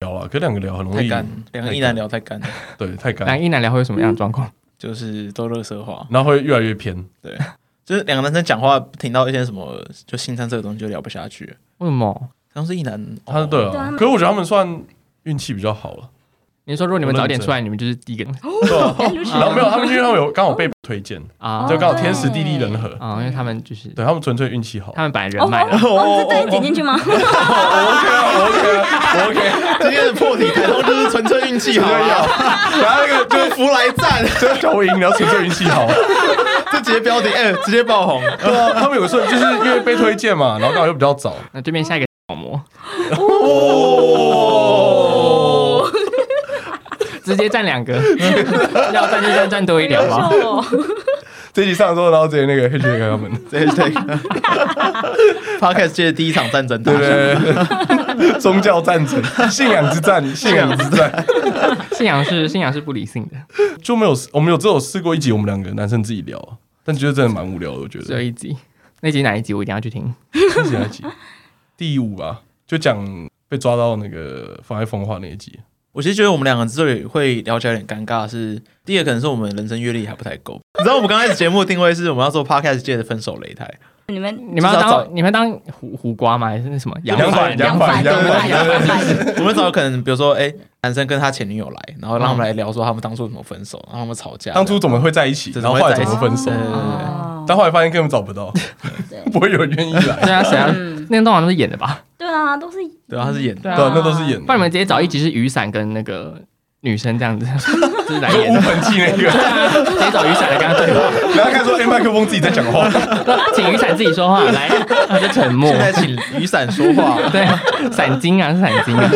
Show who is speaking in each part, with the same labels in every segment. Speaker 1: 聊啊，跟两个聊很容
Speaker 2: 太
Speaker 1: 易，
Speaker 2: 干，两个一男聊太干，
Speaker 1: 对，太
Speaker 3: 两
Speaker 1: 干，
Speaker 3: 个一男聊会有什么样的状况？
Speaker 2: 就是都热色话，
Speaker 1: 然后会越来越偏。
Speaker 2: 就是两个男生讲话听到一些什么就性三色的东西就聊不下去了。
Speaker 3: 为什么？
Speaker 2: 他们是一男，
Speaker 1: 他对
Speaker 4: 对他
Speaker 1: 啊，
Speaker 4: 们
Speaker 1: 可是我觉得他们算运气比较好了，
Speaker 3: 你说如果你们
Speaker 1: 我认
Speaker 3: 早点
Speaker 1: 真
Speaker 3: 出来，你们就是第一个
Speaker 1: 对啊
Speaker 4: 原来如此
Speaker 1: 然后没有他们，因为他们有刚好被推荐，
Speaker 3: 啊，
Speaker 1: 就刚好
Speaker 4: 对
Speaker 1: 天时地利人和，
Speaker 3: 啊，因为他们就是
Speaker 1: 对他们纯粹运气好。哦
Speaker 3: 他们把人
Speaker 4: 哦
Speaker 3: 脉了，
Speaker 4: 哦哦，这段剪进去吗？
Speaker 1: 啊
Speaker 2: 哦 今天的破题台通就是纯粹运 气好啊，
Speaker 1: 然后那个
Speaker 2: 就是福来 战，
Speaker 1: 就是头赢，然后纯粹运气好。
Speaker 2: 这直接标题，哎，直接爆红。
Speaker 1: 对啊，他们有时候就是因为被推荐嘛，然后刚好又比较早。
Speaker 3: 那对面下一个小魔
Speaker 1: 哦，
Speaker 3: 直接占 两个，要占就占占多一点吧。
Speaker 4: 哦，
Speaker 1: 这集上之后，然后直接那个 H 给他们，
Speaker 2: 对对 ，Podcast 界的第一场战争，
Speaker 1: 对对对， 宗教战争、信仰之战、信仰之战
Speaker 3: 信仰是信仰是不理性的，
Speaker 1: 就没有，我们有只有试过一集，我们两个男生自己聊啊，但觉得真的蛮无聊的，我觉
Speaker 3: 只有
Speaker 1: 得。
Speaker 3: 一集，那集哪一集我一定要去听。
Speaker 1: 自己来集第五吧，就讲被抓到那个妨碍风化那一集。
Speaker 2: 我其实觉得我们两个之所以会聊起来有点尴尬是，第一个可能是我们人生阅历还不太够。你知道我们刚开始节目的定位是我们要做 podcast 界的分手擂台，
Speaker 4: 你们
Speaker 3: 你们要
Speaker 2: 至少找
Speaker 3: 当你们当胡胡瓜吗？还是那什么
Speaker 1: 杨
Speaker 3: 杨
Speaker 1: 帆
Speaker 3: 杨
Speaker 1: 杨
Speaker 3: 帆
Speaker 1: 帆
Speaker 3: 对对
Speaker 1: 杨
Speaker 3: 对
Speaker 1: 帆
Speaker 3: 杨帆
Speaker 2: 我们找可能比如说，哎、男生跟他前女友来，然后让他们来聊说他们当初怎么分手，然后他们吵架，
Speaker 1: 当初怎么会在一起，
Speaker 2: 啊对
Speaker 1: 然后后来怎么分手
Speaker 2: 对？对对对
Speaker 4: 哦
Speaker 1: 但后来发现根本找不到
Speaker 4: 对，
Speaker 1: 不会有人愿意来。
Speaker 3: 对啊，谁啊？
Speaker 4: 嗯
Speaker 3: 那个通常都是演的吧？
Speaker 4: 对啊，都是
Speaker 2: 对啊，他是演的，
Speaker 3: 对
Speaker 1: 对
Speaker 3: 啊
Speaker 1: 啊，，那都是演
Speaker 3: 不然
Speaker 1: 的。
Speaker 3: 你们直接找一集是雨伞跟那个女生这样子，就是来
Speaker 1: 就
Speaker 3: 演
Speaker 1: 乌
Speaker 3: 的。
Speaker 1: 盆记那个，
Speaker 3: 对啊，直接找雨伞来跟他对话，
Speaker 1: 然后看说，哎，麦克风自己在讲话，
Speaker 3: 请雨伞自己说 话，来，他就沉默，
Speaker 2: 现。在请雨伞说话
Speaker 3: 对，伞精啊，是伞精啊。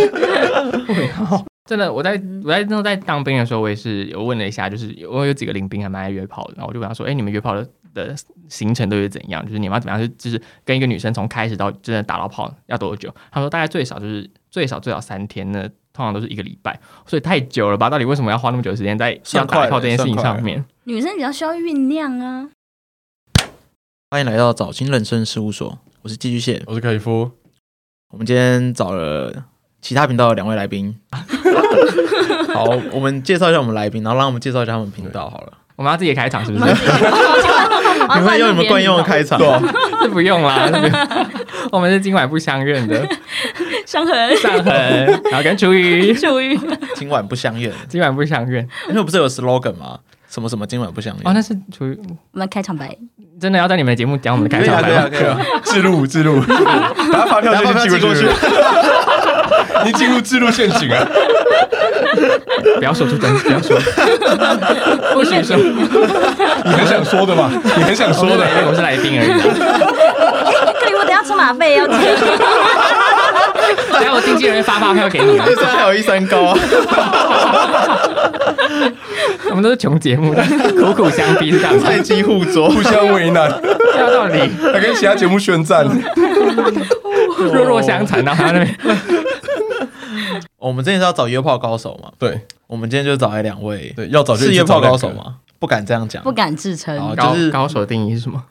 Speaker 3: 真的，我在我在那时候在当兵的时候，我也是有问了一下，就是我有几个领兵还蛮爱约炮的，然后我就问他说：“哎、你们约炮的的行程都是怎样？就是你们要怎么样去，就是跟一个女生从开始到真的打到炮要多久？”他说：“大概最少就是最少最少三天呢，通常都是一个礼拜，所以太久了吧？到底为什么要花那么久的时间在要
Speaker 2: 算快
Speaker 3: 打
Speaker 2: 了
Speaker 3: 炮这件事情
Speaker 2: 算快了
Speaker 3: 上面？
Speaker 4: 女生比较需要酝酿啊。
Speaker 2: 欢迎来到早金人生事务所，我是寄居蟹。
Speaker 1: 我是凯夫，
Speaker 2: 我们今天找了其他频道的两位来 宾，好，我们介绍一下我们来宾，然后让我们介绍一下他们频道好了。
Speaker 3: 我们要自己开场是 不是？
Speaker 4: 你
Speaker 1: 啊
Speaker 2: 你们用你们惯用的开场，
Speaker 1: 对啊，
Speaker 3: 是不用啦，是不用我们是今晚不相认的
Speaker 4: 伤痕
Speaker 3: 上痕，然后跟厨余
Speaker 4: 属于
Speaker 2: 今晚不相怨，
Speaker 3: 今晚不相认。”
Speaker 2: 因为不是有 slogan 吗？什么什么今晚不相怨？
Speaker 3: 哦，那是处于
Speaker 4: 我们开场白，
Speaker 3: 真的要在你们的节目讲我们的
Speaker 2: 可
Speaker 3: 开
Speaker 2: 以
Speaker 3: 场
Speaker 2: 啊，
Speaker 3: 白
Speaker 2: 可以啊，
Speaker 3: 吗？
Speaker 2: 可以啊。
Speaker 1: 自录自录，把发票先寄过去，你进入自录陷阱啊！
Speaker 3: 不要说出真，不要说，
Speaker 4: 我们
Speaker 3: 说
Speaker 1: 你很想说的嘛？你很想
Speaker 3: 我
Speaker 1: 说的，
Speaker 3: 是来宾，我是来宾而已啊。
Speaker 4: 克里夫等下吃马费要吃，
Speaker 3: 等一下我经纪人会发发票给 你啊，
Speaker 2: 这三还有一三高 啊，
Speaker 3: 我们都是穷节目，但是苦苦相逼是这 样子，
Speaker 2: 菜鸡互啄。
Speaker 1: 互相为难，
Speaker 3: 这有道理，
Speaker 1: 还跟其他节目宣 战。
Speaker 3: 弱弱相残啊。他那边
Speaker 2: 哦我们之前是要找约炮高手嘛，
Speaker 1: 对
Speaker 2: 我们今天就找来两位，
Speaker 1: 对，要找就是
Speaker 2: 约
Speaker 1: 去找
Speaker 2: 炮
Speaker 1: 两
Speaker 2: 高
Speaker 1: 个
Speaker 2: 手？嘛，不敢这样讲
Speaker 4: 不，敢自称
Speaker 2: 好。
Speaker 3: 高
Speaker 2: 就是
Speaker 3: 高手的定义是什么？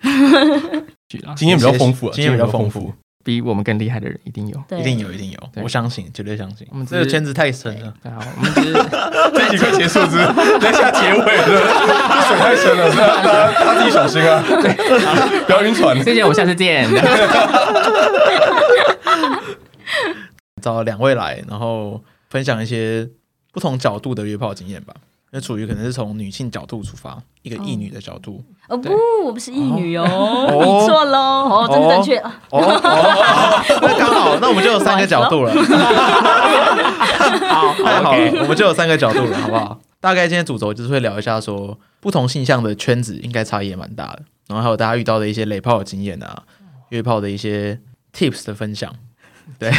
Speaker 3: 举啦
Speaker 1: 经验比较丰富啊，
Speaker 2: 经验比较丰富
Speaker 1: 经验比较
Speaker 3: 比我们更厉害的人一定有。
Speaker 4: 对，
Speaker 2: 一定有，一定有，
Speaker 3: 对
Speaker 2: 我相信，绝对相信
Speaker 3: 我们。只
Speaker 2: 这
Speaker 3: 是
Speaker 2: 个圈子太深了，
Speaker 3: 对啊，我们只是
Speaker 1: 丰富。这集快结束之后， 在下结尾了，这水太深了，大家大家自己小心 啊，不要晕船。
Speaker 3: 谢谢，我们下次见。
Speaker 2: 找两位来，然后分享一些不同角度的约炮经验吧。那楚瑜可能是从女性角度出发，一个异女的角度。
Speaker 4: 哦不，我不是异女哦， 你错喽，哦，真正确，
Speaker 2: 哦，哦哦哦那刚好，那我们就有 三个角度了。太好
Speaker 3: 好
Speaker 2: 了
Speaker 3: OK，
Speaker 2: 我们就有三个角度了，好不好？大概今天主轴就是会聊一下说，不同性向的圈子应该差异也蛮大的，然后还有大家遇到的一些雷炮的经验啊，约炮的一些 tips 的分享。对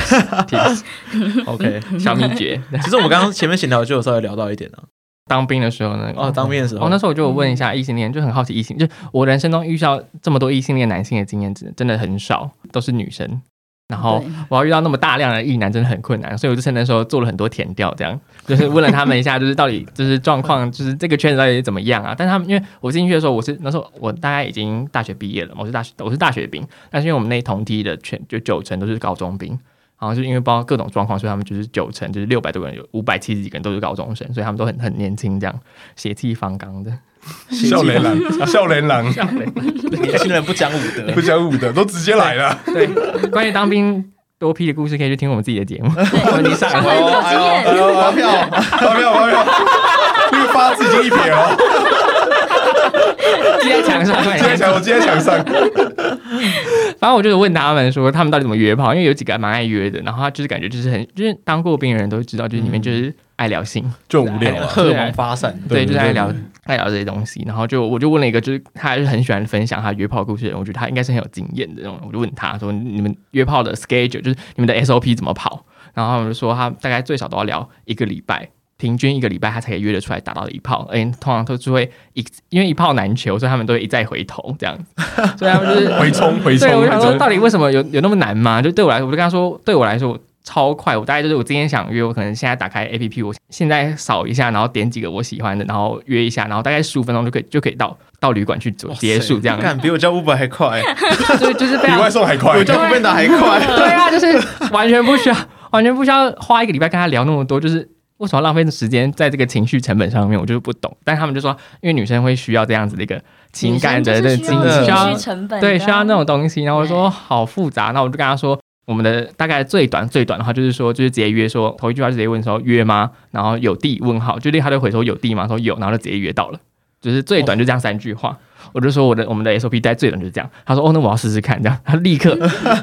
Speaker 2: ，OK。
Speaker 3: 小秘诀。
Speaker 2: 其实我们刚刚前面闲聊就有稍微聊到一点了、
Speaker 3: 当兵的时候呢？
Speaker 2: 哦，当兵的时候，嗯
Speaker 3: 哦，那时候我就有问一下异性恋，就很好奇异性，就我人生中遇到这么多异性恋男性的经验，真真的很少，都是女生。然后
Speaker 4: 对
Speaker 3: 我要遇到那么大量的异男，真的很困难，所以我就趁那时候做了很多填调，这样 就是问了他们一下，就是到底就是状况，就是这个圈子到底怎么样啊？但他们因为我进去的时候，我是那时候我大概已经大学毕业了嘛，我是大学我是大学兵，但是因为我们那一同梯的全就九成都是高中兵，然然后就因为包括各种状况，所以他们就是九成就是六百多个人，有五百七十几个人都是高中生，所以他们都很很年轻，这样血气方刚的。
Speaker 1: 笑脸狼，笑脸狼，
Speaker 2: 年轻人不讲武德
Speaker 1: 不讲武德，都直接 来了。
Speaker 3: 对，关于当兵多批的故事，可以去听我们自己的 节目。我们上
Speaker 4: 小孩子有经验，
Speaker 1: 哎呦，发票，发票，发票，那个发字已经一撇 了，
Speaker 3: 今天墙上，
Speaker 1: 今天抢，我今天抢上，
Speaker 3: 反正我就是问他们说，他们到底怎么约炮？因为有几个还蛮爱约的，然后他就是感觉就是很，就是当过兵的人都知道，就是里面就是爱聊啊性，
Speaker 1: 就无聊了。
Speaker 2: 荷尔蒙发散，
Speaker 1: 对
Speaker 3: 对，就是爱
Speaker 1: 对
Speaker 3: 聊爱聊这些东西。然后就我就问了一个，就是他还是很喜欢分享他约炮故事的人，我觉得他应该是很有经验的那种。我就问他说，你们约炮的 schedule 就是你们的 SOP 怎么跑？然后他们就说，他大概最少都要聊一个礼拜。平均一个礼拜，他才可以约得出来打到一炮。哎、通常都是会一，因为一炮难求，所以他们都会一再回头这样子。 所以他们就是
Speaker 1: 哎回冲，回
Speaker 3: 对，
Speaker 1: 冲，
Speaker 3: 我就想说，到底为什么有有那么难吗？就对我来说，我就跟他说，对我来说，我超快，我大概就是我今天想约，我可能现在打开 A P P，我现在扫一下，然后点几个我喜欢的，然后约一下，然后大概十五分钟就可以就可以到到旅馆去做结束，这样，
Speaker 2: 看比我叫 Uber 还快，
Speaker 3: 就啊就是非
Speaker 1: 比外
Speaker 3: 常
Speaker 1: 送还快
Speaker 2: 我。叫 u b 打还快。
Speaker 3: 对啊，就是完全不需要，完全不需要花一个礼拜跟他聊那么多，就是。为什么要浪费时间在这个情绪成本上面？我就是不懂。但他们就说，因为女生会需要这样子的一个情感的那个
Speaker 4: 女生
Speaker 3: 经
Speaker 4: 就
Speaker 2: 历
Speaker 4: 是需
Speaker 3: 需
Speaker 4: 要
Speaker 3: 要
Speaker 4: 情绪成本的，啊
Speaker 3: 对，需要那种东西。然后我说好复杂，那我就跟他说，我们的大概最短最短的话就是说，就是直接约说，头一句话就直接问说约吗？然后有地问号，就是他就回说有地吗？说有，然后就直接约到了。就是最短就这样三句话，我就说我的我们的 SOP 在最短就是这样。他说哦，那我要试试看这样，他立刻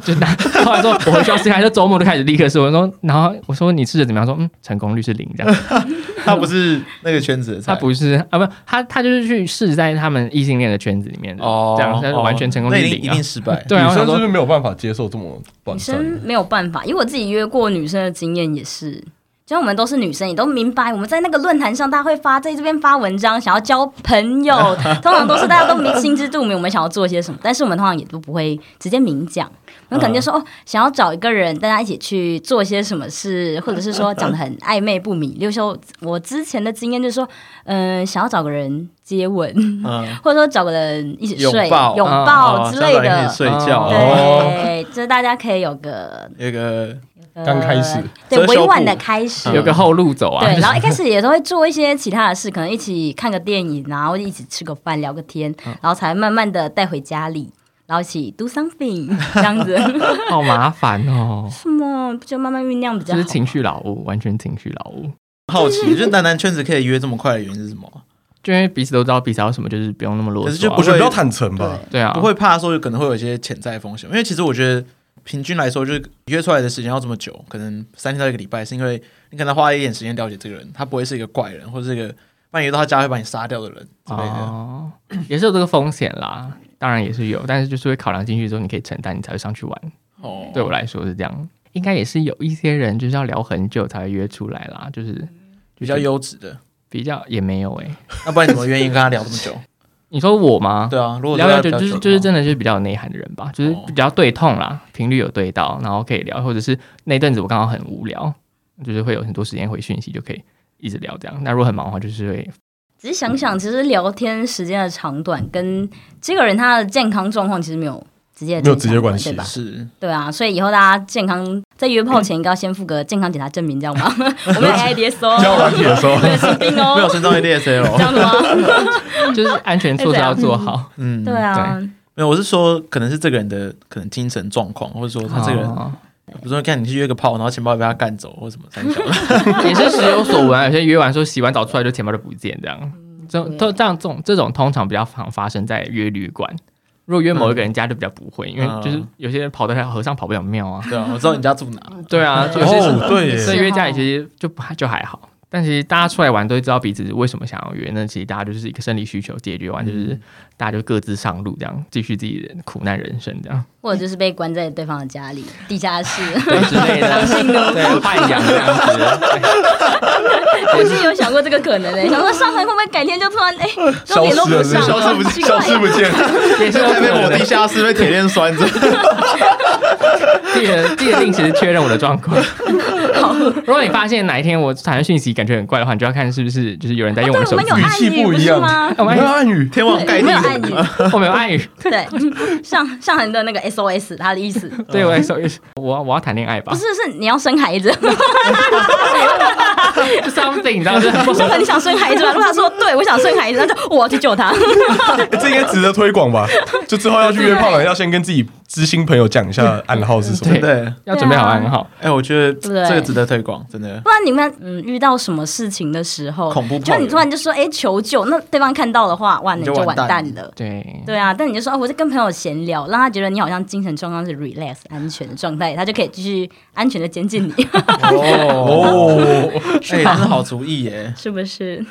Speaker 3: 就拿， 后来说我回去要试试看，就周末就开始立刻试。我说，然后我说你试的怎么样？他说嗯，成功率是零这样。
Speaker 2: 他不是那个圈子的菜，
Speaker 3: 他不是啊，不，他他就是去试在他们异性恋的圈子里面的，
Speaker 2: 哦
Speaker 3: 这样他完全成功
Speaker 2: 那
Speaker 3: 率
Speaker 2: 一定
Speaker 3: 零
Speaker 2: 一
Speaker 3: 啊
Speaker 2: 定。失败。
Speaker 3: 对啊，
Speaker 1: 女
Speaker 3: 我
Speaker 1: 生
Speaker 3: 想说
Speaker 1: 是不是没有办法接受这么短
Speaker 4: 女
Speaker 1: 暂的？
Speaker 4: 生没有办法，因为我自己约过女生的经验也是。就我们都是女生，也都明白，我们在那个论坛上，大家会发在这边发文章，想要交朋友，通常都是大家都明心知肚明，我们想要做些什么，但是我们通常也都不会直接明讲，我们可能就说、哦，想要找一个人，大家一起去做些什么事，或者是说讲的很暧昧不明。例如说，我之前的经验就是说，嗯、想要找个人接吻，
Speaker 2: 嗯，
Speaker 4: 或者说找个人一起
Speaker 2: 拥
Speaker 4: 睡、
Speaker 2: 抱
Speaker 4: 拥
Speaker 3: 啊
Speaker 4: 抱
Speaker 2: 哦
Speaker 4: 之
Speaker 2: 稍
Speaker 4: 类
Speaker 2: 早一
Speaker 4: 的，嗯
Speaker 2: 点睡觉，
Speaker 1: 哦
Speaker 4: 对，就是大家可以有个
Speaker 2: 那个
Speaker 1: 刚开始
Speaker 4: 呃对
Speaker 2: 遮羞布
Speaker 4: 委婉的开始，
Speaker 2: 嗯
Speaker 3: 有个后路走啊。
Speaker 4: 对，
Speaker 3: 就是
Speaker 4: 然后一开始也都会做一些其他的事，可能一起看个电影啊，或者一起吃个饭、聊个天，
Speaker 1: 嗯
Speaker 4: 然后才慢慢的带回家里，然后一起 do something 这样子，
Speaker 3: 好麻烦 哦，
Speaker 4: 什么就慢慢酝酿比较
Speaker 3: 就
Speaker 4: 好
Speaker 3: 是。情绪老屋，完全情绪老屋，
Speaker 2: 好 奇，就是男男圈子可以约这么快的原因是什么？
Speaker 3: 就因为彼此都知道彼此要什么，就是不用那么啰嗦啊。
Speaker 2: 可是就
Speaker 1: 我觉得比较坦诚吧。
Speaker 4: 对，
Speaker 3: 对啊，
Speaker 2: 不会怕说可能会有一些潜在风险，因为其实我觉得平均来说，就是约出来的时间要这么久，可能三天到一个礼拜，是因为你可能花一点时间了解这个人，他不会是一个怪人，或者是一个把你约到他家会把你杀掉的人之类的。
Speaker 3: 哦，也是有这个风险啦，当然也是有，但是就是会考量进去之后，你可以承担，你才会上去玩。
Speaker 2: 哦，
Speaker 3: 对我来说是这样，应该也是有一些人就是要聊很久才会约出来啦，就是
Speaker 2: 比较优质的，
Speaker 3: 比较也没有哎。
Speaker 2: 那不然你怎么愿意跟他聊这么久？
Speaker 3: 你说我吗？
Speaker 2: 对啊，如果
Speaker 3: 聊聊
Speaker 2: 聊
Speaker 3: 就
Speaker 2: 久
Speaker 3: 就是
Speaker 2: 的
Speaker 3: 就是
Speaker 2: 话
Speaker 3: 真的就是比较有内涵的人吧，就是
Speaker 2: 哦
Speaker 3: 比较对痛啦，频率有对到，然后可以聊，或者是那阵子我刚好很无聊，就是会有很多时间回讯息，就可以一直聊这样。那如果很忙的话，就是会
Speaker 4: 只是想想，其实聊天时间的长短跟这个人他的健康状况其实没有直接的
Speaker 1: 没有
Speaker 4: 正
Speaker 1: 直接
Speaker 4: 相
Speaker 1: 关
Speaker 4: 关
Speaker 1: 系
Speaker 4: 对吧？
Speaker 2: 是
Speaker 4: 对啊，所以以后大家健康在约炮前应该要先付个健康检查证明，这样吗？我们有 IDS 哦，
Speaker 1: 交完体的时候，
Speaker 4: 没有生病
Speaker 2: 没有
Speaker 4: 哦，
Speaker 2: 身障 ADSL
Speaker 4: 这。样子吗？
Speaker 3: 就是安全措施要做 好。
Speaker 2: 嗯，
Speaker 4: 对啊，
Speaker 2: 没有，我是说可能是这个人的可能精神状况，或者说他哎这个人，
Speaker 3: 哦
Speaker 2: 比如说看你去约个炮，然后钱包被他干走或什么三小的，
Speaker 3: 也是时有所闻啊，有些约完说洗完澡出来就钱包就不见这样，这
Speaker 4: 对
Speaker 3: 这这样这种这种通常比较常发生在约旅馆。如果约某一
Speaker 2: 嗯
Speaker 3: 个人家就比较不会，因为就是有些人跑得了和尚跑不了庙 啊。
Speaker 2: 对啊，我知道你家住哪，
Speaker 3: 对啊，就有些
Speaker 1: 哦，对
Speaker 4: 是
Speaker 3: 所
Speaker 1: 耶，
Speaker 3: 以约家里其实就不还就还好，但其实大家出来玩都会知道彼此为什么想要约，那其实大家就是一个生理需求解决完，就是大家就各自上路，这样继续自己的苦难人生这样
Speaker 4: 或者就是被关在对方的家里、地下 室，
Speaker 3: 对之类的，对豢养这样子，
Speaker 4: 我是有想过这个可能的、欸想说上海会不会改天就突然哎，
Speaker 1: 消
Speaker 4: 终点
Speaker 1: 失
Speaker 4: 都不
Speaker 1: 了是不
Speaker 4: 上，
Speaker 1: 是，消失不
Speaker 4: 奇
Speaker 1: 见，
Speaker 4: 怪
Speaker 1: 消失不见，
Speaker 3: 对也是有可
Speaker 2: 还被
Speaker 3: 能
Speaker 2: 我地
Speaker 3: 的。
Speaker 2: 下室被铁链拴着。
Speaker 3: 记得记得定时确认我的状况，
Speaker 4: 好恶
Speaker 3: 如果你发现哪一天我传的讯息感觉很怪的话，你就要看是不是就是有人在
Speaker 1: 哎
Speaker 4: 对，
Speaker 3: 用
Speaker 4: 我
Speaker 3: 的手
Speaker 4: 们
Speaker 3: 机哦
Speaker 4: 有。
Speaker 1: 语
Speaker 4: 暗
Speaker 1: 气
Speaker 4: 语
Speaker 1: 不
Speaker 4: 不
Speaker 1: 一
Speaker 4: 是
Speaker 1: 样哦
Speaker 4: 吗？
Speaker 3: 我
Speaker 1: 没
Speaker 3: 们
Speaker 1: 有暗语，
Speaker 2: 天
Speaker 4: 对
Speaker 2: 王盖
Speaker 4: 我
Speaker 2: 地
Speaker 4: 们有暗语
Speaker 2: 虎，，
Speaker 3: 我们有暗语，
Speaker 4: 对， 上上恒的那个 SOS，他的意思
Speaker 3: 对我来说也是，我我要谈恋爱吧
Speaker 4: 不是是你要生 孩子，
Speaker 3: 就，something，你知道是
Speaker 4: 我 说你想生孩子吗？如果他说对，我想生孩子，那就我要去救他。
Speaker 1: 欸这应该值得推广吧？就之后要去约炮了，要先跟自己知心朋友讲一下暗号是什么
Speaker 2: 真。的。
Speaker 3: 要准备好暗号。
Speaker 2: 哎，我觉得
Speaker 4: 对
Speaker 2: 这个值得推广，真的。
Speaker 4: 不然你们嗯遇到什么事情的时候，
Speaker 2: 恐怖炮
Speaker 4: 就
Speaker 2: 友
Speaker 4: 你突然就说哎、求救，那对方看到的话，哇，你
Speaker 2: 你就
Speaker 4: 就完
Speaker 2: 完蛋
Speaker 4: 蛋了。
Speaker 3: 对，
Speaker 4: 对啊，但你就说哦，我在跟朋友闲聊，让他觉得你好像精神状况是 relax 安全的状态，他就可以继续安全的监禁 你，
Speaker 2: 哦，
Speaker 1: 哦，
Speaker 2: 哎，真是好主意耶！
Speaker 4: 是不是？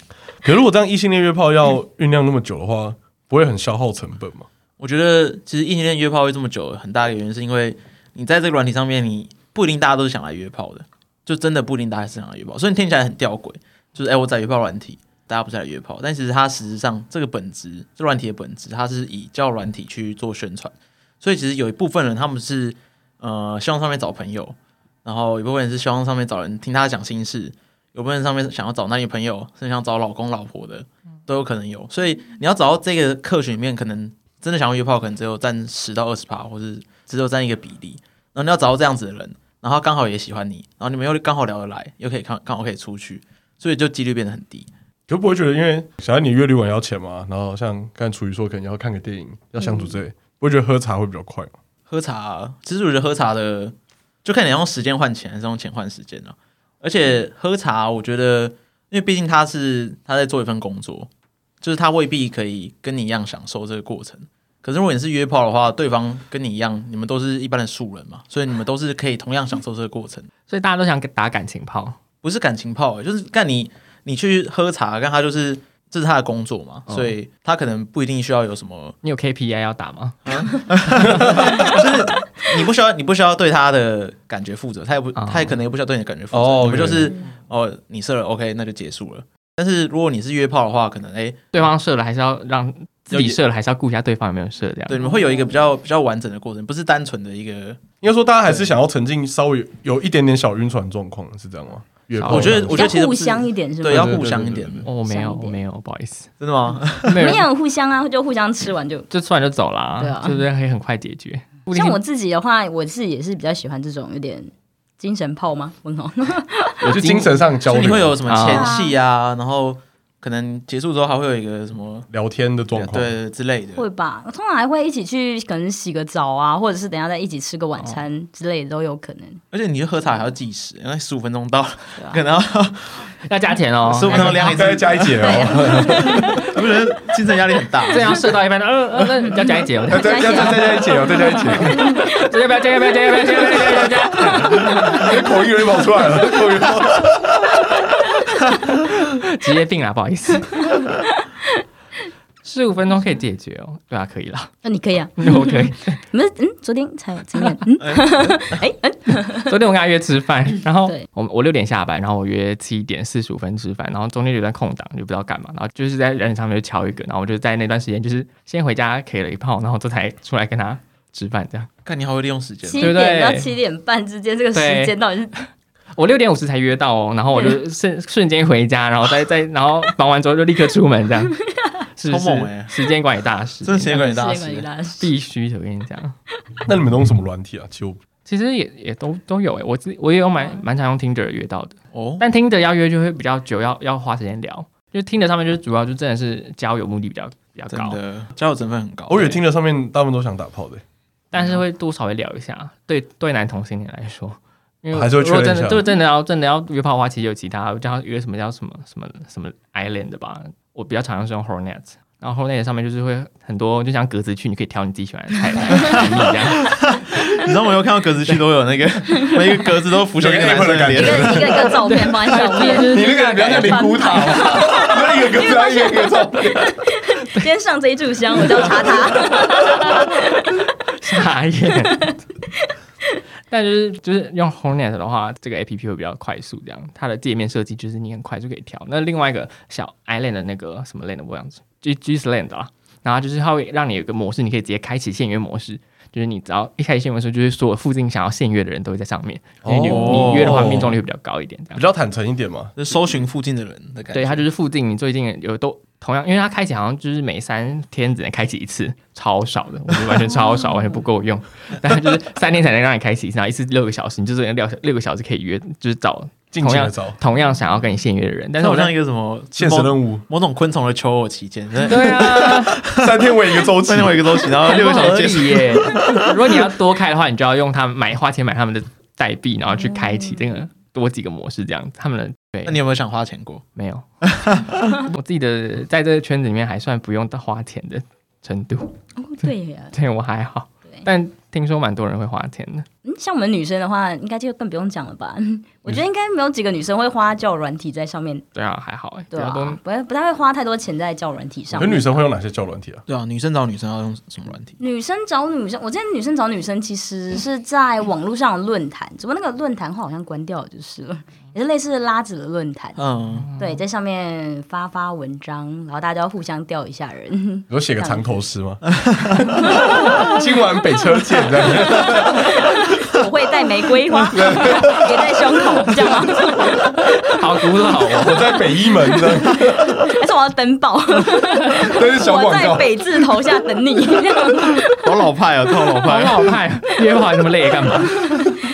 Speaker 1: 可如果这样异性恋约炮要酝酿那么久的话，不会很消耗成本吗？
Speaker 2: 我觉得其实异性恋约炮会这么久，很大的原因是因为你在这个软体上面，你不一定大家都是想来约炮的，就真的不一定大家是想来约炮，所以你听起来很吊诡，就是哎、我在约炮软体，大家不是来约炮，但其实它实质上这个本质，这软体的本质，它是以教软体去做宣传，所以其实有一部分人他们是呃希望上面找朋友，然后有部分人是希望上面找人听他讲心事，有部分人上面想要找男女朋友，甚至想找老公老婆的都有可能有，所以你要找到这个客群里面可能。真的想要约炮，可能只有占十到二十趴，或是只有占一个比例。然后你要找到这样子的人，然后他刚好也喜欢你，然后你们又刚好聊得来，又可以看刚好可以出去，所以就几率变得很低。
Speaker 1: 就不会觉得，因为想要你约旅馆要钱嘛，然后像刚才楚瑜说，可能要看个电影、要相处之类，
Speaker 2: 嗯
Speaker 1: 不会觉得喝茶会比较快吗？
Speaker 2: 喝茶、其实我觉得喝茶的，就看你要用时间换钱，还是用钱换时间了、啊而且喝茶，我觉得，因为毕竟他是他在做一份工作，就是他未必可以跟你一样享受这个过程。可是如果你是约炮的话，对方跟你一样，你们都是一般的素人嘛，所以你们都是可以同样享受这个过程。
Speaker 3: 所以大家都想打感情炮，
Speaker 2: 不是感情炮、欸，就是干你你去喝茶，干他就是这是他的工作嘛，
Speaker 1: 哦
Speaker 2: 所以他可能不一定需要有什么，
Speaker 3: 你有 KPI 要打吗？
Speaker 2: 你不需要你不需要对他的感觉负责，他也不、
Speaker 3: 哦
Speaker 2: 他也可能也不需要对你的感觉负责，
Speaker 1: 啊哦
Speaker 2: 我们就是
Speaker 4: 嗯
Speaker 2: 哦你射了 OK 那就结束了。但是如果你是约炮的话，可能哎、
Speaker 1: 哦
Speaker 3: 对方射了还是要让自己射了，还是要顾一下对方有没有射这样。
Speaker 2: 对你们会有一个比较比较完整的过程，不是单纯的一个。
Speaker 1: 应该说，大家还是想要沉浸稍微有有一点点小晕船状况，是这样吗？约炮
Speaker 2: 我觉得
Speaker 1: 上
Speaker 2: 我觉得其实
Speaker 4: 要互
Speaker 2: 不是
Speaker 4: 相一点是吗
Speaker 2: 对？要互相一点
Speaker 1: 对对对对
Speaker 3: 哦，我没有，
Speaker 4: 想一点
Speaker 3: 我没有，不好意思，
Speaker 2: 真的 吗？
Speaker 3: 没有
Speaker 4: 没
Speaker 3: 人
Speaker 4: 有互相啊，就互相吃完就。
Speaker 3: 就突然就走啦，
Speaker 4: 对啊
Speaker 3: 对不对？可以很快解决。不一定
Speaker 4: 像我自己的话，我是也是比较喜欢这种有点精神炮吗？问号。
Speaker 1: 就精神上交
Speaker 2: 就
Speaker 1: 流，
Speaker 2: 你会有什么前戏啊，然后可能结束之后还会有一个什么
Speaker 1: 聊天的状况，
Speaker 2: 对之类的。
Speaker 4: 会吧，通常还会一起去，可能洗个澡啊，或者是等一下再一起吃个晚餐之类的都有可能。
Speaker 2: 而且你去喝茶还要计时，因为十五分钟到，
Speaker 4: 对啊
Speaker 2: 可能要
Speaker 3: 要加钱哦，
Speaker 2: 十五分钟量一次
Speaker 1: 再，加一节哦，
Speaker 2: 我觉得精神压力很 大。
Speaker 4: 啊
Speaker 3: 这样射到一半，呃呃，那要加一节哦，
Speaker 1: 再加再加一节 哦，再加一节，
Speaker 3: 要不要加？要不要加？要不要加？要不要加？要不要
Speaker 1: 口音容易跑出来了，口音跑
Speaker 3: 加？职业病啦，不好意思。十五分钟可以解决哦，对啊，可以啦，
Speaker 4: 那、你可以啊，
Speaker 3: 我可以。
Speaker 4: 你们嗯，昨天才有见面，嗯， 哎、嗯，
Speaker 3: 昨天我跟他约吃饭，然后
Speaker 4: 对
Speaker 3: 我我六点下班，然后我约七点四十五分吃饭，然后中间有段空档就不知道干嘛，然后就是在人上面就敲一个，然后我就在那段时间就是先回家 K 了一炮，然后这才出来跟他吃饭这样。
Speaker 2: 看你好会利用时间，
Speaker 4: 七
Speaker 3: 对不对
Speaker 4: 点到七点半之间这个时间到底是
Speaker 3: 我六点五十才约到哦，然后我就瞬瞬间回家，然后再再然后忙完之后就立刻出门这样，是不是
Speaker 2: 超猛欸
Speaker 3: 时间管理大师，
Speaker 2: 真的时间管理大
Speaker 4: 时间
Speaker 2: 师。
Speaker 4: 管理大师？
Speaker 3: 必须的，我跟你讲。
Speaker 1: 那你们都用什么软体啊？其实我
Speaker 3: 其实也也都都有诶、欸我自我也有蛮蛮常用 Tinder 约到的，
Speaker 2: 哦，
Speaker 3: 但 Tinder 要约就会比较久，要要花时间聊。就 Tinder 上面就是主要就真的是交友目的比较比较
Speaker 2: 真
Speaker 3: 高，
Speaker 2: 的交友成分很高。
Speaker 1: 我也听着上面大部分都想打炮的，
Speaker 3: 但是会多少会聊一下。对对，男同性恋来说，因为
Speaker 1: 还是会
Speaker 3: 如果
Speaker 1: 确认
Speaker 3: 真
Speaker 1: 一
Speaker 3: 的
Speaker 1: 下
Speaker 3: 对真的要真的要约炮的话，其实有其他叫约什么叫什么什么什么 Island 的吧。我比较常用是用 Hornet，然后 Hornet 上面就是会很多，就像格子去，你可以挑你自己喜欢的菜来这样。
Speaker 2: 你知道我有看到格子区都有那个， 每个格子都浮现一个男生的
Speaker 4: 一个
Speaker 2: 脸。
Speaker 4: 一个一个照片放在上面，
Speaker 1: 你那个不要像灵骨塔，那一个格子，一个格子，
Speaker 4: 今天上这一炷香，我就要查他。
Speaker 3: 傻眼。但就是就是用 Hornet 的话，这个 A P P 会比较快速，这样它的界面设计就是你很快就可以调。那另外一个小 Island 的那个什么 Land 我忘记 G G Land 啊，然后就是它会让你有一个模式，你可以直接开启限约模式，就是你只要一开始新闻的时候，就是所有附近想要献约的人都会在上面，因为你
Speaker 1: 哦
Speaker 3: 你约的话命中率会比较高一点，这
Speaker 1: 比
Speaker 3: 样。
Speaker 1: 较坦诚一点嘛。
Speaker 2: 就是搜寻附近的人的感觉。
Speaker 3: 对，它就是附近你最近有都同样，因为它开启好像就是每三天只能开启一次，超少的，我觉得完全超少，完全不够用。 但它就是三天才能让你开启一次，然后一次六个小时，你就是有六六个小时可以约，就是找
Speaker 1: 尽情的找，
Speaker 3: 同样想要跟你现约的人。
Speaker 2: 但
Speaker 3: 但是
Speaker 2: 是
Speaker 3: 我
Speaker 2: 好
Speaker 3: 那
Speaker 2: 像一个什么
Speaker 1: 现实
Speaker 2: 某
Speaker 1: 任务
Speaker 2: 某种昆虫的求偶期 间，就是
Speaker 3: 对啊，
Speaker 1: 三天为一个周期
Speaker 2: 三，天为一个周期，然后
Speaker 3: 很
Speaker 2: 六
Speaker 3: 不
Speaker 2: 个小
Speaker 3: 合
Speaker 2: 时结束
Speaker 3: 理。耶。如果你要多开的话，你就要用他们买花钱买他们的代币，然后去开启这个多几个模式，这样他们的对
Speaker 2: 那你有没有想花钱过？
Speaker 3: 没有？ 我自己的在这个圈子里面还算不用到花钱的程度，
Speaker 4: 哦，对呀，
Speaker 3: 对我还好
Speaker 4: 对。
Speaker 3: 但听说蛮多人会花钱的，
Speaker 4: 嗯，像我们女生的话，应该就更不用讲了 吧？我觉得应该没有几个女生会花交友软体在上面，
Speaker 3: 对啊，还好哎，比
Speaker 4: 对
Speaker 3: 较
Speaker 4: 啊
Speaker 3: 多，
Speaker 4: 不太不太会花太多钱在交友软体上
Speaker 1: 有
Speaker 4: 面。
Speaker 1: 女生会用哪些交友软体啊？
Speaker 2: 对啊，女生找女生要用什么软体？
Speaker 4: 女生找女生，我之前女生找女生其实是在网络上的论坛，只不过那个论坛话好像关掉了就是了，也是类似拉子的论坛。
Speaker 2: 嗯，
Speaker 4: 对，在上面发发文章，然后大家互相吊一下人。
Speaker 1: 有写个藏头诗吗？ 今晚北车见，这样
Speaker 4: 我会戴玫 瑰花，别戴胸口，这样吗？
Speaker 3: 好古老哦。
Speaker 1: 我在北一门这样，
Speaker 4: 还是我要登报？
Speaker 1: 那 是小
Speaker 4: 我
Speaker 1: 广
Speaker 4: 在
Speaker 1: 告。
Speaker 4: 北字头下 等你，这样
Speaker 2: 好老派啊，超老
Speaker 3: 好
Speaker 2: 派。
Speaker 3: 老派，啊约炮那么累干嘛？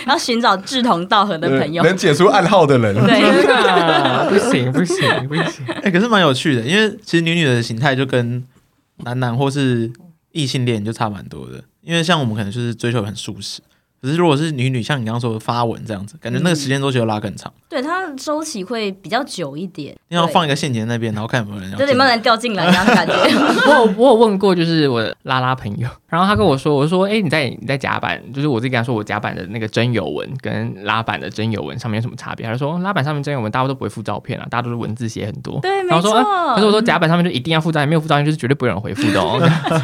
Speaker 4: 然后寻找志同道合的朋友。
Speaker 1: 能解除暗号的人，
Speaker 4: 对，
Speaker 3: 天哪
Speaker 4: 啊
Speaker 3: 不行不行不行！
Speaker 2: 哎、可是蛮有趣的，因为其实女女的形态就跟男男或是异性恋就差蛮多的。因为像我们可能就是追求很素食，可是如果是女女，像你刚刚说的发文这样子，感觉那个时间周期就拉更长。
Speaker 4: 对，它周期会比较久一点。
Speaker 2: 你要放一个陷阱在那边，然后看有没有人要
Speaker 4: 对，
Speaker 2: 进来。
Speaker 4: 对，有没有人掉进来这样的感 觉？
Speaker 3: 我有我有问过，就是我的拉拉朋友，然后他跟我说，我说，哎、你在你在甲板，就是我自己跟他说，我甲板的那个真有文跟拉板的真有文上面有什么差别？他就说，哦拉板上面真有文大家都不会附照片啊，大家都是文字写很多。
Speaker 4: 对，
Speaker 3: 然
Speaker 4: 没
Speaker 3: 后说，
Speaker 4: 错。
Speaker 3: 啊可是我说甲板上面就一定要附照片，没有附照片就是绝对不会有人回复的哦。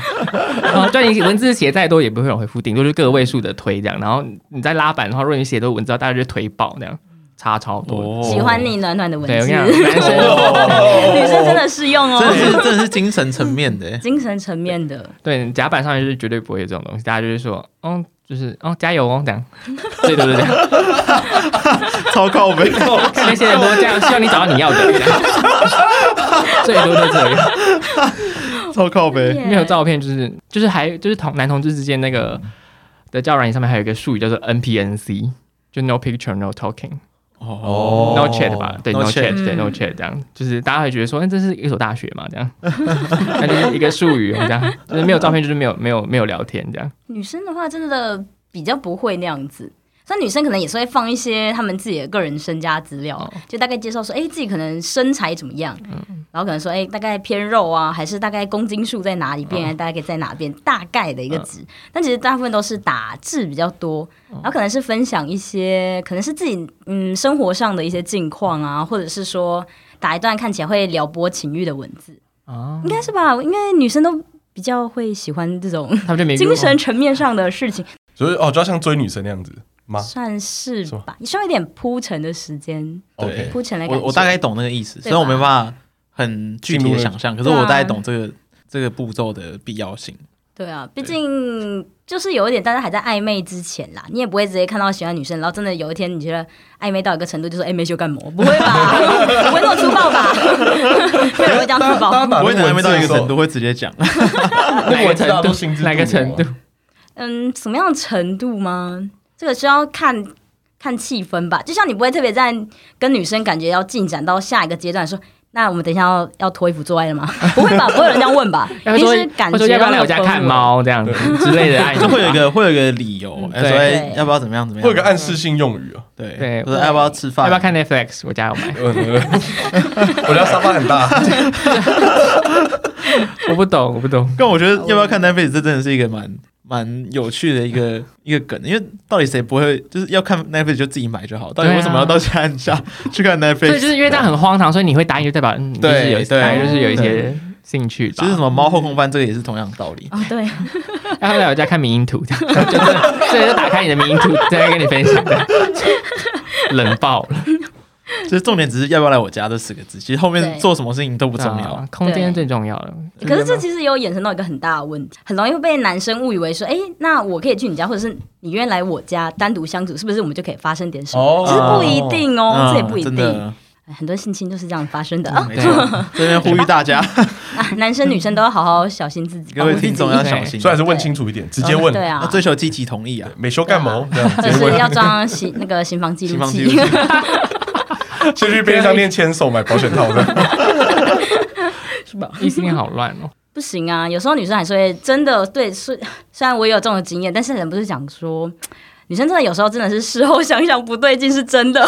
Speaker 3: 然后对你文字写再多也不会有人回复，顶多就是个位数的推这样。然后你在拉板的话，如果你写多文字，大家就推爆那样，差超多。
Speaker 2: 哦
Speaker 4: 喜欢你暖暖的文
Speaker 3: 对，我
Speaker 4: 字，
Speaker 3: 跟你讲，男生。
Speaker 4: 女生真的适用
Speaker 2: 真的
Speaker 4: 哦，，
Speaker 2: 是真的是精神层面 的、欸
Speaker 4: 精神层面的。
Speaker 3: 对，甲板上面就是绝对不会有这种东西，大家就是说，哦，就是哦，加油哦，这样，最多是这样。
Speaker 2: 超靠背。
Speaker 3: 看那些人都这样，希望你找到你要的，这样 最多就这样。
Speaker 2: 超靠背。
Speaker 3: 没有照片就是就是还就是同男同志之间那个的交友软件上面还有一个术语叫做 NPNC，就 No Picture No Talking。
Speaker 1: 哦
Speaker 3: No chat 吧，对
Speaker 2: no
Speaker 3: ，No chat，
Speaker 4: chat
Speaker 3: 对
Speaker 4: 嗯
Speaker 3: ，No chat，这样就是大家会觉得说，哎，这是一所大学嘛，这样， 那就是一个术语，这样，就是没有照片，就是没有没有没有聊天，这样，
Speaker 4: 女生的话，真的比较不会那样子。像女生可能也是会放一些她们自己的个人身家资料，
Speaker 3: 哦
Speaker 4: 就大概介绍说，哎、自己可能身材怎么样，然后可能说，哎、大概偏肉啊，还是大概公斤数在哪里边，大概在哪边，大概的一个值。但其实大部分都是打字比较多，然后可能是分享一些，可能是自己嗯生活上的一些近况啊，或者是说打一段看起来会撩拨情欲的文字，
Speaker 3: 啊，
Speaker 4: 应该是吧？应该女生都比较会喜欢这种。
Speaker 3: 他们就没
Speaker 4: 精神层面上的事情，
Speaker 1: 所以哦，就要像追女生那样子吗
Speaker 4: 算是
Speaker 1: 是吗
Speaker 4: 吧，需要一点铺陈的时间，
Speaker 1: ？OK，
Speaker 4: 铺陈的感
Speaker 2: 我
Speaker 4: 觉。
Speaker 2: 我大概懂那个意思，
Speaker 4: 对吧
Speaker 2: 虽然我没办法很具体的想象，可是
Speaker 4: 对啊
Speaker 2: 我大概懂这个这个步骤的必要性。
Speaker 4: 对啊，毕竟就是有一点大家还在暧昧之前啦，你也不会直接看到喜欢的女生，然后真的有一天你觉得暧昧到一个程度，就说哎没修干嘛？不会 吧？不会那么粗暴吧？没有人会这样粗
Speaker 1: 大家
Speaker 4: 暴。
Speaker 1: 打
Speaker 2: 不会
Speaker 1: 那
Speaker 2: 暧昧到一个程
Speaker 1: 度，
Speaker 2: 度会直接讲，
Speaker 3: 哪个
Speaker 1: 我知道
Speaker 3: 程
Speaker 1: 都
Speaker 3: 度
Speaker 1: 心知，肚
Speaker 3: 哪个程
Speaker 1: 明
Speaker 3: 度
Speaker 1: 啊，
Speaker 4: 嗯，什么样的程度吗？这个需要看看气氛吧。就像你不会特别在跟女生感觉要进展到下一个阶段说。那我们等一下要要脱衣服做爱 了吗？不会吧，不会有人这样问吧？
Speaker 3: 他
Speaker 4: 一
Speaker 3: 说
Speaker 4: 定哎是感
Speaker 3: 他 说
Speaker 4: 觉
Speaker 3: 要不要
Speaker 4: 到
Speaker 3: 来我家
Speaker 4: 那个氛
Speaker 3: 看
Speaker 4: 围？
Speaker 3: 猫这样子 之类的啊爱，
Speaker 2: 就会有一个会有一个理由，哎，
Speaker 3: 嗯对
Speaker 2: 所
Speaker 4: 对
Speaker 2: 以要不要怎么样怎么
Speaker 1: 会
Speaker 2: 样？
Speaker 1: 有个暗示性用语啊。
Speaker 2: 对
Speaker 3: 对
Speaker 2: 或者要不要吃饭？
Speaker 3: 啊要不要看 Netflix？我家有买，
Speaker 1: 嗯对对对 我家沙发很大，
Speaker 3: 我不懂，我不懂。
Speaker 2: 但我觉得 要不要看 Netflix 这真的是一个蛮蛮有趣的一 个一个梗，因为到底谁不会就是要看 Netflix 就自己买就好，到底
Speaker 3: 对啊
Speaker 2: 为什么要到 现在下去看
Speaker 3: 所以就
Speaker 2: Netflix？
Speaker 3: 是因为这样很荒唐，所以你会答应，就代表嗯，你就是
Speaker 2: 对
Speaker 3: 有
Speaker 2: 对
Speaker 3: 大概就是有一些
Speaker 2: 对
Speaker 3: 兴趣吧
Speaker 2: 其实。什么猫后空翻这个也是同样的
Speaker 3: 嗯
Speaker 2: 道理。
Speaker 4: 哦，对，
Speaker 3: 要不要来我家看迷因图？ 这样就是 所以就打开你的迷因图，在那边跟你分享，冷爆了。
Speaker 2: 就是重点只是要不要来我家这四个字，其实后面
Speaker 4: 对
Speaker 2: 做什么事情都不重要
Speaker 3: 啊。空间是最重要的。
Speaker 4: 可是这其实也有衍生到一个很大的问题，很容易会被男生误以为说，哎、那我可以去你家，或者是你愿意来我家单独相处，是不是我们就可以发生点什么？
Speaker 1: 哦
Speaker 4: 其实不一定哦，
Speaker 2: 嗯
Speaker 4: 这也不一
Speaker 2: 真
Speaker 4: 定。
Speaker 2: 的，
Speaker 4: 哎很多性侵就是这样发生的 啊
Speaker 2: 没错。这边呼吁大 家，
Speaker 4: 啊！男生女生都要好好小心自己，
Speaker 2: 各位
Speaker 4: 保护自己
Speaker 2: 听众要小心
Speaker 1: 虽，然是问清楚一点，直接问
Speaker 4: 对
Speaker 2: 要
Speaker 4: 啊，
Speaker 2: 追求积极同意啊。
Speaker 1: 美修干毛，这样
Speaker 4: 就
Speaker 1: 直接
Speaker 4: 是
Speaker 1: 问
Speaker 4: 要装行那个行房记
Speaker 2: 新
Speaker 4: 录
Speaker 2: 房记
Speaker 4: 器
Speaker 2: 录。器
Speaker 1: 先去便利商店签售买保险套 的，
Speaker 4: 是吧？
Speaker 3: 异性恋好乱 哦，
Speaker 4: 不行啊，有时候女生还是会真的对，虽虽然我也有这种经验，但是人不是讲说，女生真的有时候真的是事后想想不对劲，是真的。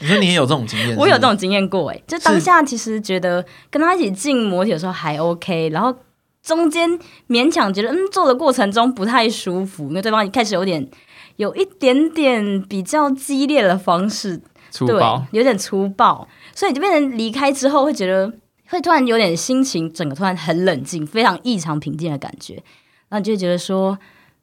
Speaker 2: 你说你也有这种经验？
Speaker 4: 我
Speaker 2: 是
Speaker 4: 有这
Speaker 2: 不是
Speaker 4: 种经验过、哎，就当下其实觉得跟他一起进摩铁的时候还 OK，然后中间勉强觉得嗯做的过程中不太舒服，因为对方开始有点有一点点比较激烈的方式，
Speaker 3: 粗
Speaker 4: 对
Speaker 3: 暴，，
Speaker 4: 有点粗暴，所以就变成离开之后会觉得会突然有点心情，整个突然很冷静，非常异常平静的感觉，然后你就会觉得说。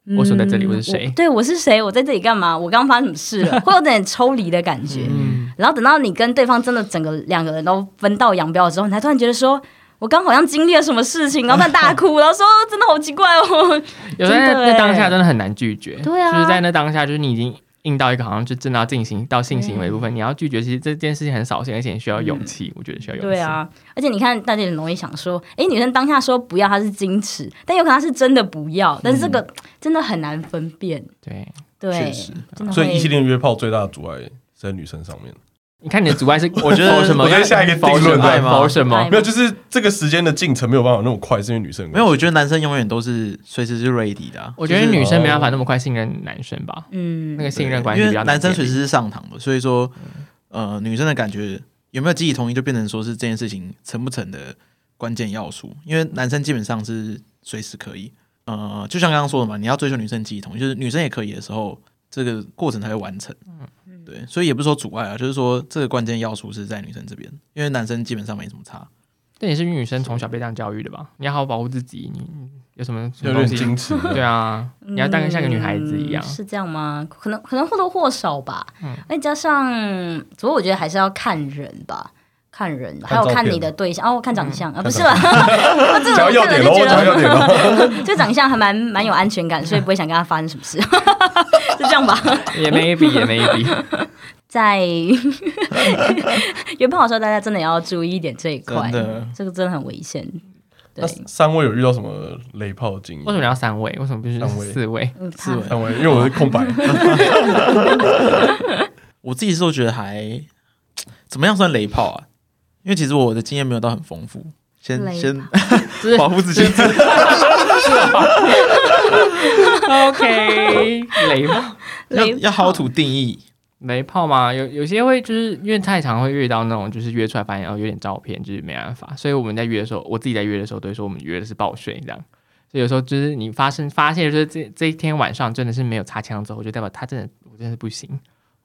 Speaker 4: 嗯
Speaker 3: 我所在这里我是谁
Speaker 4: 对，我是谁？我在这里干嘛？我刚发生什么事了？会有点抽离的感觉。
Speaker 3: 嗯，
Speaker 4: 然后等到你跟对方真的整个两个人都分道扬镳之后，你才突然觉得说，我刚好像经历了什么事情，然后在大哭，然后说真的好奇怪哦。
Speaker 3: 有时候在
Speaker 4: 真的欸
Speaker 3: 在当下真的很难拒绝，
Speaker 4: 对啊
Speaker 3: 就是在那当下，就是你已经硬到一个好像就正要进行到性行为的部
Speaker 4: 嗯
Speaker 3: 分，你要拒绝，其实这件事情很扫兴，而且你需要勇气，我觉得需要勇气。
Speaker 4: 对，啊，而且你看大家也很容易想说，诶，女生当下说不要，她是矜持，但有可能她是真的不要，但是这个真的很难分辨。
Speaker 3: 对，
Speaker 4: 对
Speaker 1: 嗯确实，
Speaker 4: 真的
Speaker 1: 所以异性
Speaker 4: 会。
Speaker 1: 恋约炮最大的阻碍是在女生上面。
Speaker 3: 你看你的阻碍是，
Speaker 2: 我觉得
Speaker 3: 否什么？
Speaker 1: 我觉得下一个定
Speaker 3: 否什
Speaker 1: 论
Speaker 3: 么
Speaker 1: 对
Speaker 2: 吗
Speaker 3: 否什么
Speaker 4: 爱？
Speaker 1: 没有，就是这个时间的进程没有办法那么快，是因为女生的
Speaker 2: 没
Speaker 1: 关
Speaker 2: 有，
Speaker 1: 系
Speaker 2: 我觉得男生永远都是随时是 ready 的啊、
Speaker 3: 我觉得女生没办法那么快信任男生吧，
Speaker 4: 嗯
Speaker 3: 那，个信任关系
Speaker 2: 因为
Speaker 3: 比较
Speaker 2: 男生随
Speaker 3: 建立
Speaker 2: 时
Speaker 3: 嗯
Speaker 2: 是上膛的，所以说，呃，女生的感觉有没有积极同意，就变成说是这件事情成不成的关键要素。因为男生基本上是随时可以，呃，就像刚刚说的嘛，你要追求女生积极同意，就是女生也可以的时候，这个过程才会完成。
Speaker 3: 嗯
Speaker 2: 对，所以也不是说阻碍啊，就是说这个关键要素是在女生这边，因为男生基本上没什么差。
Speaker 3: 这也是女生从小被这样教育的吧？你要好好保护自己，你你有什么什
Speaker 1: 有
Speaker 3: 么
Speaker 1: 点
Speaker 3: 东西？
Speaker 1: 矜持。
Speaker 3: 对啊，你要当个像个女孩子一样
Speaker 4: 嗯。是这样吗？可能可能或多或少吧，
Speaker 1: 嗯
Speaker 4: 再加上，主要我觉得还是要看人吧，看人，
Speaker 1: 看
Speaker 4: 还有
Speaker 1: 照片
Speaker 4: 看你的对象哦，看长相啊，不是
Speaker 1: 看
Speaker 4: 吧？我这
Speaker 1: 只要
Speaker 4: 种
Speaker 1: 要
Speaker 4: 个
Speaker 1: 点
Speaker 4: 人
Speaker 1: 喽，
Speaker 4: 就
Speaker 1: 只
Speaker 4: 觉
Speaker 1: 要要点
Speaker 4: 得，
Speaker 1: 喽。
Speaker 4: 就长相还蛮蛮有安全感，所以不会想跟他发生什么事， 是这样吧？
Speaker 3: 也 maybe 也 maybe，
Speaker 4: 在约炮的时候，大家真的要注意一点这一块
Speaker 2: 真的，
Speaker 4: 这个真的很危险。对
Speaker 1: 那，三位有遇到什么雷炮经
Speaker 3: 为什么
Speaker 1: 验？
Speaker 3: 要三位？为什么不是
Speaker 1: 三位
Speaker 3: 四位？
Speaker 4: 嗯，
Speaker 2: 是
Speaker 4: 怕
Speaker 1: 三位，因为我是空 白，
Speaker 2: 我自己是都觉得还怎么样算雷炮啊？因为其实我的经验没有到很丰富，先
Speaker 4: 雷
Speaker 2: 先
Speaker 3: 就是
Speaker 2: 保护自己。
Speaker 3: OK，雷炮
Speaker 2: 要
Speaker 4: 雷
Speaker 2: 要 how to 定义，
Speaker 3: 雷炮嘛，有有些会就是因为太常会遇到那种就是约出来发现哦有点照片，就是没办法，所以我们在约的时候，我自己在约的时候都会说我们约的是报税这样。所以有时候就是你发生发现，就是这这一天晚上真的是没有擦枪之后，就代表他真的我真的不行。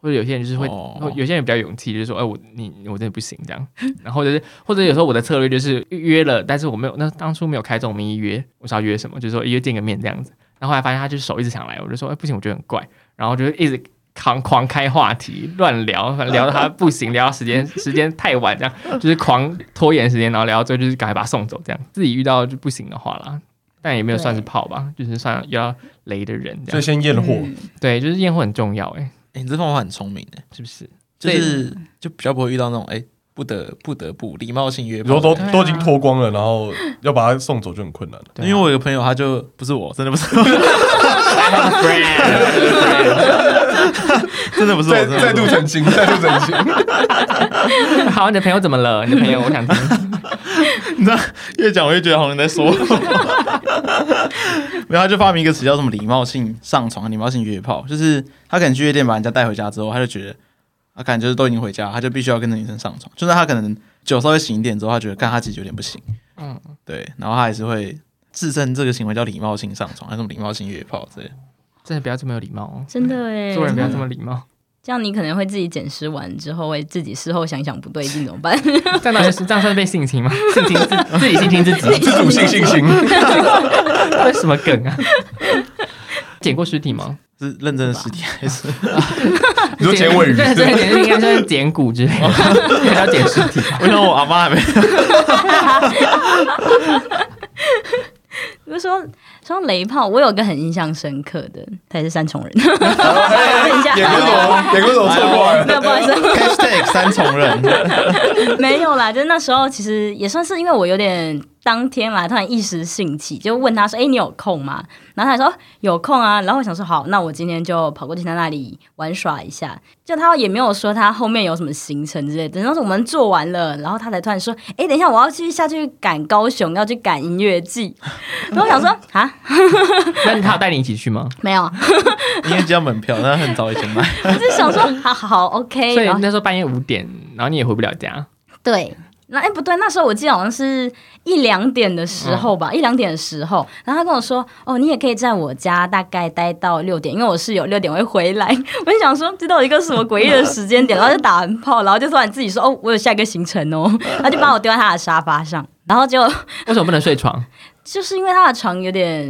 Speaker 3: 或者有些人就是会，
Speaker 2: 哦
Speaker 3: 有些人比较有勇气，就是说，哎、我你我真的不行这样。然后就是，或者有时候我的策略就是约了，但是我没有，那当初没有开这种名义约，我是要约什么？就是说约见个面这样子。然后后来发现他就是手一直想来，我就说，哎、不行，我觉得很怪。然后就是一直狂狂开话题，乱聊，反正聊到他不行，聊到时间时间太晚，这样就是狂拖延时间，然后聊到最后就是赶快把他送走，这样自己遇到就不行的话啦。但也没有算是泡吧，就是算要雷的人这
Speaker 1: 所以
Speaker 3: 样。
Speaker 1: 先验货。
Speaker 4: 嗯
Speaker 3: 对，就是验货很重要、哎，
Speaker 2: 哎、你这方法很聪明哎，
Speaker 3: 是不是？
Speaker 2: 就是就比较不会遇到那种哎、不得不得不礼貌性约
Speaker 1: 然后
Speaker 2: 炮。
Speaker 1: 都
Speaker 3: 对啊
Speaker 1: 都已经脱光了，然后要把它送走就很困难了。
Speaker 3: 对啊
Speaker 2: 因为我有个朋友，他就不是我，真的不是我，真的不是我，
Speaker 1: 再
Speaker 2: 真的不是
Speaker 1: 再
Speaker 2: 我
Speaker 1: 度澄清，再度澄清。
Speaker 3: 好，你的朋友怎么了？你的朋友，我想听。
Speaker 2: 你知道越讲我越觉得好像你在说 我。没有，他就发明一个词叫什么“礼貌性上床”、“礼貌性约炮”，就是他可能去夜店把人家带回家之后，他就觉得他感觉就是都已经回家，他就必须要跟着女生上床。就算他可能酒稍微醒一点之后，他觉得干他自己有点不行，
Speaker 3: 嗯，
Speaker 2: 对，然后他还是会自称这个行为叫礼貌性上床，还是什么礼貌性约炮之类的。
Speaker 3: 真的不要这么有礼貌哦，
Speaker 4: 真的哎，
Speaker 3: 做人不要这么礼貌。
Speaker 4: 这样你可能会自己捡尸完之后，会自己事后想想不对劲 怎么办？
Speaker 3: 这样到底是这样算是被性侵吗？性侵自自己性侵自己，
Speaker 1: 自主性信心，
Speaker 3: 这什么梗啊？捡过尸体吗？
Speaker 2: 是认真的尸体还是？
Speaker 1: 你说剪尾鱼
Speaker 3: 对
Speaker 1: 是
Speaker 3: 对对，应该算是剪骨之类 的，还要剪尸体。
Speaker 2: 为什 么我阿妈还没？
Speaker 4: 比如说说雷炮，我有个很印象深刻的，他也是三 重人。 一下
Speaker 1: 眼光怎么眼光怎么错过来
Speaker 4: 没有，
Speaker 1: 了？
Speaker 4: 不好意思，
Speaker 2: #hashtag 三重人
Speaker 4: 没有啦。就是那时候，其实也算是因为我有点当天啦，突然一时兴起，就问他说：“哎、你有空吗？”然后他还说哦：“有空啊。”然后我想说：“好，那我今天就跑过去他那里玩耍一下。”就他也没有说他后面有什么行程之类的。等到我们做完了，然后他才突然说：“哎、等一下，我要去下去赶高雄，要去赶音乐季。”然后我想说：“啊，
Speaker 3: 那他有带你一起去吗？
Speaker 4: 没有。”
Speaker 2: 应该交门票，那很早以前 买。
Speaker 4: 我就想说，好好好 OK，
Speaker 3: 所以
Speaker 4: 哎然后
Speaker 3: 那时候半夜五点，然后你也回不了家。
Speaker 4: 对。那哎、不对，那时候我记得好像是一两点的时候吧，一两点的时候，然后他跟我说，哦，你也可以在我家大概待到六点，因为我室友六点会回来。 我就想说，这到底一个什么诡异的时间点？然后就打完炮，然后就突然自己说，哦，我有下一个行程哦， 然后就把我丢在他的沙发上，然后就
Speaker 3: 为什么不能 睡床
Speaker 4: 就是因为他的床有点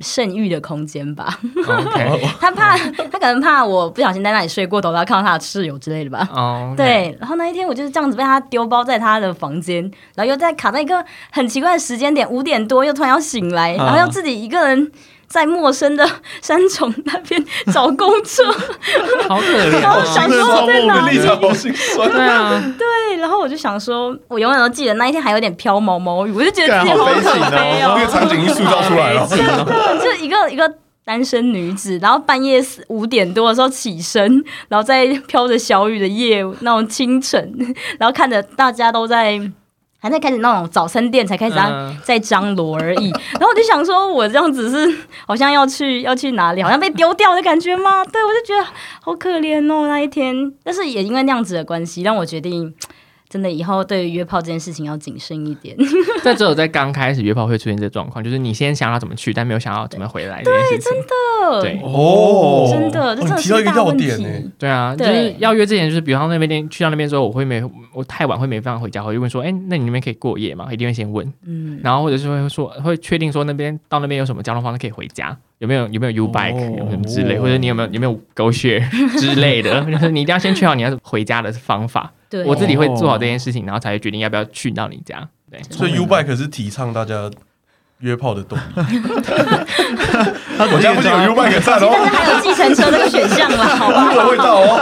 Speaker 4: 剩余的空间吧，
Speaker 1: 哦
Speaker 3: ？OK，
Speaker 4: 他怕他可能怕我不小心在那里睡过头，然后看到他的室友之类的吧。
Speaker 3: 哦，
Speaker 4: 对，然后那一天我就是这样子被他丢包在他的房间，然后又在卡在一个很奇怪的时间点，五点多又突然要醒来，
Speaker 2: 啊
Speaker 4: 然后要自己一个人在陌生的山冢那边找公车，
Speaker 3: 好可怜
Speaker 4: 然后
Speaker 3: 哦。
Speaker 4: 想
Speaker 1: 真的
Speaker 4: 说
Speaker 1: 超
Speaker 4: 我在
Speaker 1: 莫名
Speaker 4: 哪
Speaker 1: 的立
Speaker 4: 里？
Speaker 1: 场，好心酸。
Speaker 3: 对啊，
Speaker 4: 对，然后我就想说，我永远都记得那一天还有点飘毛毛雨，我就觉得自己
Speaker 2: 干好
Speaker 4: 好
Speaker 2: 悲
Speaker 4: 可
Speaker 2: 情哦
Speaker 4: 悲哦
Speaker 1: 那，个场景已经塑造出来了，
Speaker 4: 就一个一个单身女子，然后半夜四五点多的时候起身，然后在飘着小雨的夜那种清晨，然后看着大家都在。还在开始那种早餐店才开始啊在、
Speaker 3: 嗯
Speaker 4: 在张罗而已， 然后我就想说，我这样子是好像要去要去哪里，好像被丢掉的感觉吗？对我就觉得好可怜哦那一天，但是也因为那样子的关系，让我决定真的以后对于约炮这件事情要谨慎一点。
Speaker 3: 这只有在刚开始约炮会出现这状况，就是你先想要怎么去，但没有想要怎么回来这件事情。对
Speaker 1: 哦
Speaker 4: 真的，这真
Speaker 1: 哦
Speaker 4: 的
Speaker 1: 你提到
Speaker 4: 是
Speaker 1: 一个
Speaker 4: 大
Speaker 1: 要
Speaker 4: 问题。
Speaker 1: 点欸呢，
Speaker 3: 对啊，就
Speaker 4: 对
Speaker 3: 是要约之前，就是比方说那边去到那边之后，我会没我太晚会没办法回家，我就问说，哎，那你那边可以过夜吗？一定会先问，
Speaker 4: 嗯，
Speaker 3: 然后或者是会说会确定说那边到那边有什么交通方式可以回家，有没有有没有 U bike
Speaker 1: 哦
Speaker 3: 有没有什么之类，或者你有没有有没有狗血之类的， 就是你一定要先确好你要回家的方法。
Speaker 4: 对，
Speaker 3: 我自己会做好这件事情，然后才会决定要不要去到你家。对，
Speaker 1: 所以 U Bike 是提倡大家约炮的动力。
Speaker 2: 我
Speaker 1: 我家不是有 U Bike 站
Speaker 4: 但
Speaker 1: 哦
Speaker 4: 是，还有计程车那个选项 啦，好吧？
Speaker 1: 不能会到哦。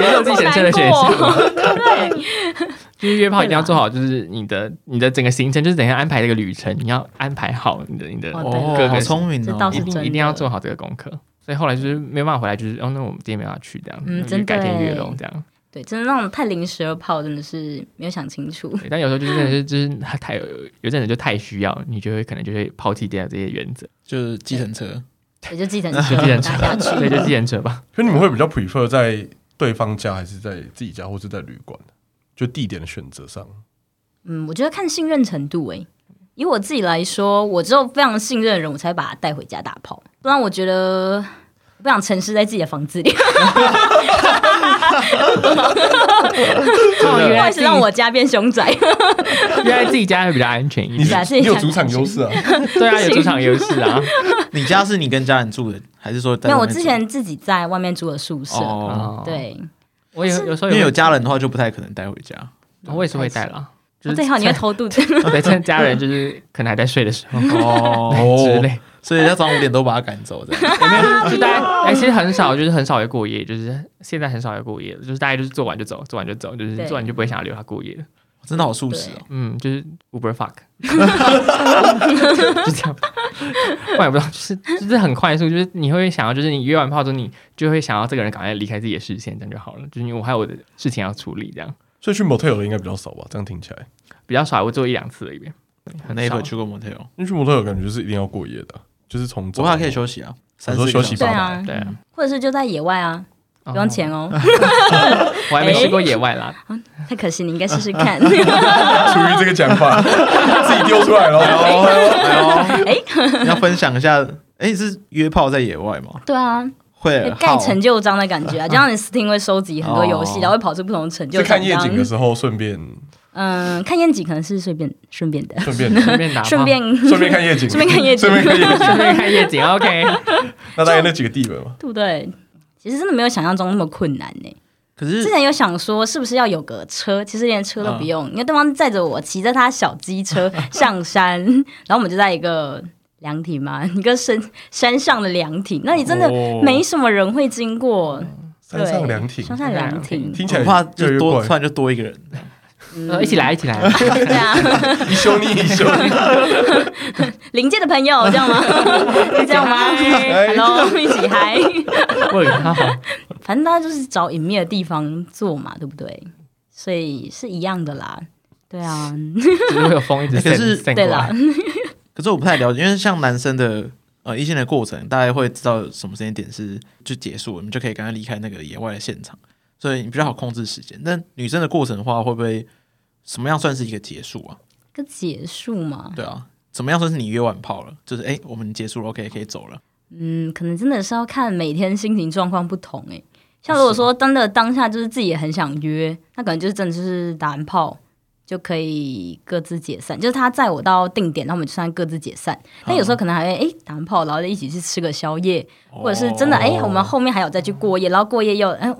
Speaker 3: 也有自己神车的选
Speaker 4: 好
Speaker 3: 项
Speaker 4: 难。过哦 对，
Speaker 3: 就是约炮一定要做好，就是你的你的整个行程，就是等一下安排这个旅程，你要安排好你的你的，
Speaker 4: 哦
Speaker 2: 哦
Speaker 3: 对，
Speaker 2: 好聪明
Speaker 4: 这
Speaker 2: 哦
Speaker 4: 倒！
Speaker 3: 一
Speaker 4: 是真
Speaker 3: 定
Speaker 4: 的，
Speaker 3: 一定要做好这个功课。所以后来就是没有办法回来，就是哦，那我们今天没办法去这样，
Speaker 4: 嗯
Speaker 3: 那就
Speaker 4: 真的欸
Speaker 3: 改天约
Speaker 4: 耶
Speaker 3: 喽这样。
Speaker 4: 对，真的那种太临时而跑，真的是没有想清楚。
Speaker 3: 对但有时候就是真的是就是太有有阵子就太需要，你就会可能就会抛弃掉这些原则，
Speaker 2: 就是计程 车，
Speaker 4: 也就计程车
Speaker 3: 就 计程
Speaker 4: 搭下
Speaker 3: 车，对，
Speaker 4: 去。
Speaker 3: 就计程车 吧。
Speaker 1: 可你们会比较 prefer 在对方家，还是在自己家，或是在旅馆？就地点的选择上，
Speaker 4: 嗯，我觉得看信任程度诶、以我自己来说，我只有非常信任的人，我才把他带回家打炮，不然我觉得我不想沉尸在自己的房子里，
Speaker 3: 哦，原
Speaker 4: 不好
Speaker 3: 来
Speaker 4: 意思让我家变凶宅。
Speaker 3: 原来自己家会比较安全一
Speaker 1: 你
Speaker 3: 点
Speaker 1: 是，
Speaker 4: 对啊自己
Speaker 1: 你
Speaker 4: 家
Speaker 1: 有主场优势啊，
Speaker 3: 对啊，有主场优 势啊。
Speaker 2: 你家是你跟家人住的，还是说在
Speaker 4: 没有，
Speaker 2: 外
Speaker 4: 我
Speaker 2: 面
Speaker 4: 之
Speaker 2: 住
Speaker 4: 前啊自己在外面住的宿舍，
Speaker 2: 哦，
Speaker 3: 哦，
Speaker 4: 对，
Speaker 3: 我有有时候
Speaker 2: 因为有家人的话就不太可能带回家。
Speaker 3: 我也是会带啦，就
Speaker 4: 哦
Speaker 3: 是
Speaker 4: 对，好，你会偷渡，对啊
Speaker 3: 对，趁家人就是可能还在睡的时候
Speaker 2: 哦，
Speaker 3: 之类。
Speaker 2: 所以要早上五点都把他赶走，这 样。
Speaker 3: 有没有？就大家哎、其实很少，就是很少会过夜，就是现在很少会过夜了，就是大家就是做完就走，做完就走，就是
Speaker 4: 对
Speaker 3: 做完就不会想要留他过夜了。
Speaker 2: 真的好素食哦。
Speaker 3: 嗯，就是 Uber fuck，就这样。我也不知道，就是就是很快速，就是你会想要，就是你约完炮之后，你就会想要这个人赶快离开自己的视线，这样就好了。就是因为我还有我的事情要处理，这样
Speaker 1: 所以去 motel 的应该比较少吧？这样听起来，
Speaker 3: 比较少，我做一两次而已。
Speaker 2: 我
Speaker 3: 很
Speaker 2: 那一
Speaker 3: 少
Speaker 2: 会去过 motel，
Speaker 1: 因为去 motel 感觉就是一定要过夜的啊，就是从
Speaker 2: 不
Speaker 1: 早
Speaker 2: 过还可以休息啊，三
Speaker 1: 我说
Speaker 2: 四个
Speaker 1: 休息
Speaker 2: 小时
Speaker 1: 吧
Speaker 4: 啊，
Speaker 3: 对啊，
Speaker 4: 或者是就在野外啊，
Speaker 3: 不
Speaker 4: 不用、钱哦。
Speaker 3: 我还没去过野外啦。
Speaker 4: 太可惜，你应该试试看。
Speaker 1: 出于这个讲法，自己丢出来 了。
Speaker 4: 哎，
Speaker 2: 哦 你要分享一下，哎，你是约炮在野外吗？
Speaker 4: 对啊，
Speaker 2: 会 尔
Speaker 4: 会盖
Speaker 2: 号
Speaker 4: 成就章的感觉啊，就像你 Steam 会收集很多游戏，
Speaker 2: 哦
Speaker 4: 然后会跑出不同的成
Speaker 1: 就
Speaker 4: 就章。
Speaker 1: 看夜景的时候顺便
Speaker 4: 嗯，看夜景可能是随便顺便的，
Speaker 1: 顺便的
Speaker 3: 顺便打炮
Speaker 4: 顺便
Speaker 1: 顺便看夜景，
Speaker 4: 顺便看夜景
Speaker 1: 顺便看夜景。
Speaker 3: 顺便看夜景。OK，
Speaker 1: 那大概那几个地方嘛，
Speaker 4: 对不对？其实真的没有想象中那么困难呢、
Speaker 2: 可是
Speaker 4: 之前有想说是不是要有个车，其实连车都不
Speaker 1: 嗯
Speaker 4: 用，因为对方载着我骑着他小机车 上山，然后我们就在一个凉亭嘛， 一个山山上的凉亭，那里真的
Speaker 1: 哦嗯
Speaker 4: 没什么人会经过。对，
Speaker 1: 山上凉亭，
Speaker 4: 山上凉亭，
Speaker 1: 听起来
Speaker 2: 我怕
Speaker 1: 越来
Speaker 2: 就
Speaker 1: 越
Speaker 2: 多
Speaker 1: 怪
Speaker 2: 突然就多一个人，
Speaker 3: 呃
Speaker 4: 嗯
Speaker 3: 一起，来，一 起来。
Speaker 4: 对啊，
Speaker 1: 一休你一休你，
Speaker 4: 临界的朋友这 样吗？是这样吗
Speaker 1: 嗨
Speaker 4: ？Hello，一起嗨，
Speaker 3: 问号，
Speaker 4: 反正大家就是找隐秘的地方坐嘛，对不对？所以是一样的啦，对啊，
Speaker 3: 只是会有风一直
Speaker 2: 可
Speaker 3: 扇
Speaker 2: 是
Speaker 3: 扇过
Speaker 4: 对啦
Speaker 3: 来。，
Speaker 2: 可是我不太了解，因为像男生的呃异性的过程，大概会知道什么时间点是就结束了，你就可以赶快离开那个野外的现场，所以你比较好控制时间。但女生的过程的话，会不会什么样算是一个结束啊？
Speaker 4: 个结束嘛，
Speaker 2: 对啊，怎么样算是你约完炮了？就是哎、诶我们结束了，OK，可以走了。
Speaker 4: 嗯，可能真的是要看每天心情状况不同诶、像如果说真的当下就是自己也很想约，那可能就是真的就是打完炮就可以各自解散，就是他载我到定点，然后我们就算各自解散。但有时候可能还会哎、诶打完炮，然后一起去吃个宵夜，
Speaker 3: 哦
Speaker 4: 或者是真的哎、诶我们后面还有再去过夜，然后过夜又哎、
Speaker 3: 哦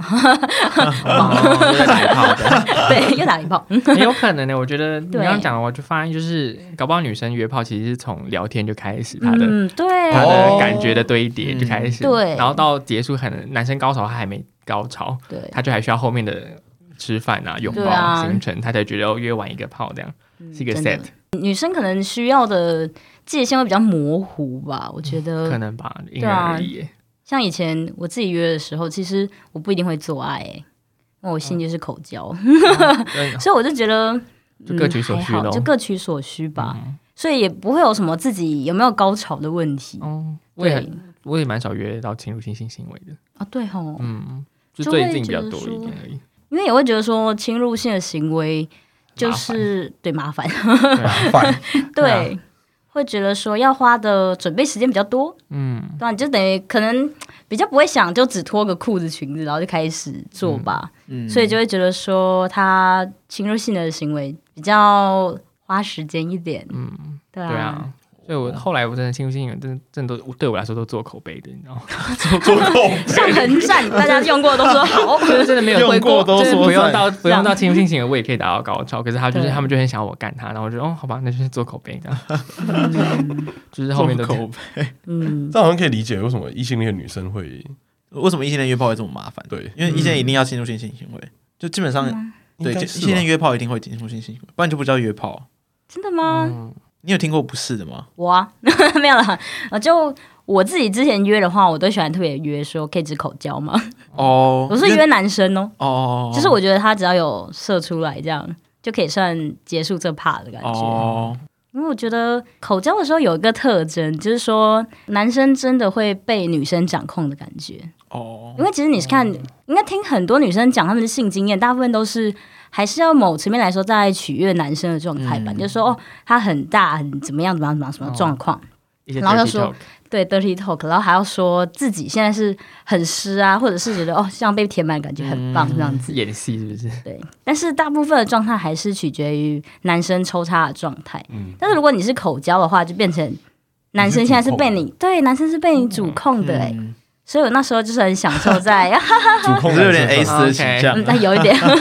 Speaker 3: 又打一炮的
Speaker 4: 对又打了一炮， 嗯
Speaker 3: 也有可能呢。我觉得你
Speaker 4: 对
Speaker 3: 刚刚讲的，我就发现就是，搞不好女生约炮其实是从聊天就开始，她的
Speaker 4: 嗯对
Speaker 3: 她
Speaker 1: 哦
Speaker 3: 的感觉的堆叠就开始，
Speaker 4: 嗯对
Speaker 3: 然后到结束可能男生高潮他还没高潮，
Speaker 4: 对，
Speaker 3: 他就还需要后面的吃饭啊、拥
Speaker 4: 对
Speaker 3: 抱、
Speaker 4: 啊嗯
Speaker 3: 行程，他才觉得哦约完一个炮这样是一个
Speaker 4: 真的
Speaker 3: set，
Speaker 4: 女生可能需要的界限会比较模糊吧，我觉得
Speaker 3: 嗯可能吧，因
Speaker 4: 对
Speaker 3: 人
Speaker 4: 啊
Speaker 3: 而异耶。
Speaker 4: 像以前我自己约的时候，其实我不一定会做爱、欸，因为我
Speaker 3: 嗯
Speaker 4: 兴趣是口交，
Speaker 3: 对
Speaker 4: 所以我就觉得
Speaker 3: 欸就
Speaker 4: 啊嗯
Speaker 3: 各取所需
Speaker 4: 还好
Speaker 3: 咯嗯
Speaker 4: 就各取所需吧，所以也不会有什么自己有没有高潮的问题。
Speaker 3: 哦，我也
Speaker 4: 对
Speaker 3: 很我也蛮少约到侵入性性行为的，
Speaker 4: 啊，对吼，
Speaker 3: 嗯，就
Speaker 4: 就
Speaker 3: 最
Speaker 4: 会
Speaker 3: 近比
Speaker 4: 觉
Speaker 3: 较
Speaker 4: 得
Speaker 3: 多一
Speaker 4: 说
Speaker 3: 点而已。
Speaker 4: 因为也会觉得说侵入性的行为就
Speaker 3: 麻烦
Speaker 4: 是对麻烦，
Speaker 3: 对啊
Speaker 1: 反
Speaker 3: 对啊
Speaker 4: 对，会觉得说要花的准备时间比较多，
Speaker 3: 嗯。
Speaker 4: 对啊，你就等于可能比较不会想，就只脱个裤子裙子，然后就开始做吧，
Speaker 2: 嗯，
Speaker 4: 所以就会觉得说他侵入性的行为比较花时间一点，
Speaker 3: 嗯，
Speaker 4: 对啊，
Speaker 3: 对啊，所以我后来我真的亲不亲缘，真的真的都对我来说都做口碑的，你知道吗？
Speaker 1: 做做动，
Speaker 4: 上横站大家用过都说 好，
Speaker 3: 真的没有
Speaker 1: 用
Speaker 3: 回
Speaker 1: 过都
Speaker 3: 就是
Speaker 1: 说
Speaker 3: 不用
Speaker 1: 赞
Speaker 3: 到不用到亲不亲行为，我也可以达到高潮。可是他就是
Speaker 4: 对
Speaker 3: 他们就很想我干他，然后我就哦好吧，那就是做口碑这样， 就是后面都
Speaker 2: 做口碑。
Speaker 4: 嗯，
Speaker 1: 这好像可以理解为什么异性恋女生会
Speaker 2: 为什么异性恋约炮会这么麻烦？
Speaker 1: 对
Speaker 2: 因为异性恋一定要进入性行为，就基本上、
Speaker 4: 嗯
Speaker 2: 对
Speaker 1: 应该
Speaker 2: 异
Speaker 1: 是
Speaker 2: 性恋
Speaker 1: 吧
Speaker 2: 约炮一定会进入性行为，不然就不叫约炮。
Speaker 4: 真的吗？
Speaker 3: 嗯
Speaker 2: 你有听过不是的吗？
Speaker 4: 我啊， 没有啦，啊就。我自己之前约的话，我都喜欢特别约说可以只口交吗？
Speaker 2: 哦，
Speaker 4: 我是约男生哦，
Speaker 2: 哦，
Speaker 4: 就是我觉得他只要有射出来，这样就可以算结束这 part 的感觉。
Speaker 2: 哦，
Speaker 4: 因为我觉得口交的时候有一个特征，就是说男生真的会被女生掌控的感觉。
Speaker 2: 哦，
Speaker 4: 因为其实你是看，应该听很多女生讲她们的性经验，大部分都是还是要某层面来说在取悦男生的状态吧，
Speaker 2: 嗯哦
Speaker 4: 就是说哦，他很大，很怎么样，怎么样，怎么样，什么状况。
Speaker 3: 一些
Speaker 4: 然后
Speaker 3: dirty
Speaker 4: 就说
Speaker 3: talk，
Speaker 4: 对，dirty talk，然后还要说自己现在是很湿啊，或者是觉得哦，这样被填满感觉很棒、这
Speaker 2: 嗯
Speaker 4: 样子。
Speaker 3: 演戏是不 是？
Speaker 4: 对，但是大部分的状态还是取决于男生抽插的状态。
Speaker 1: 嗯
Speaker 4: 但是如果你是口交的话，就变成男生现在是被你对，男生是被你主控的哎、
Speaker 2: 嗯
Speaker 4: 所以我那时候就是很享受 在，啊
Speaker 1: 主控
Speaker 2: 只是有点
Speaker 1: 男
Speaker 2: A
Speaker 1: 生
Speaker 2: 四的形象
Speaker 4: 嗯，那有一 点
Speaker 2: 哦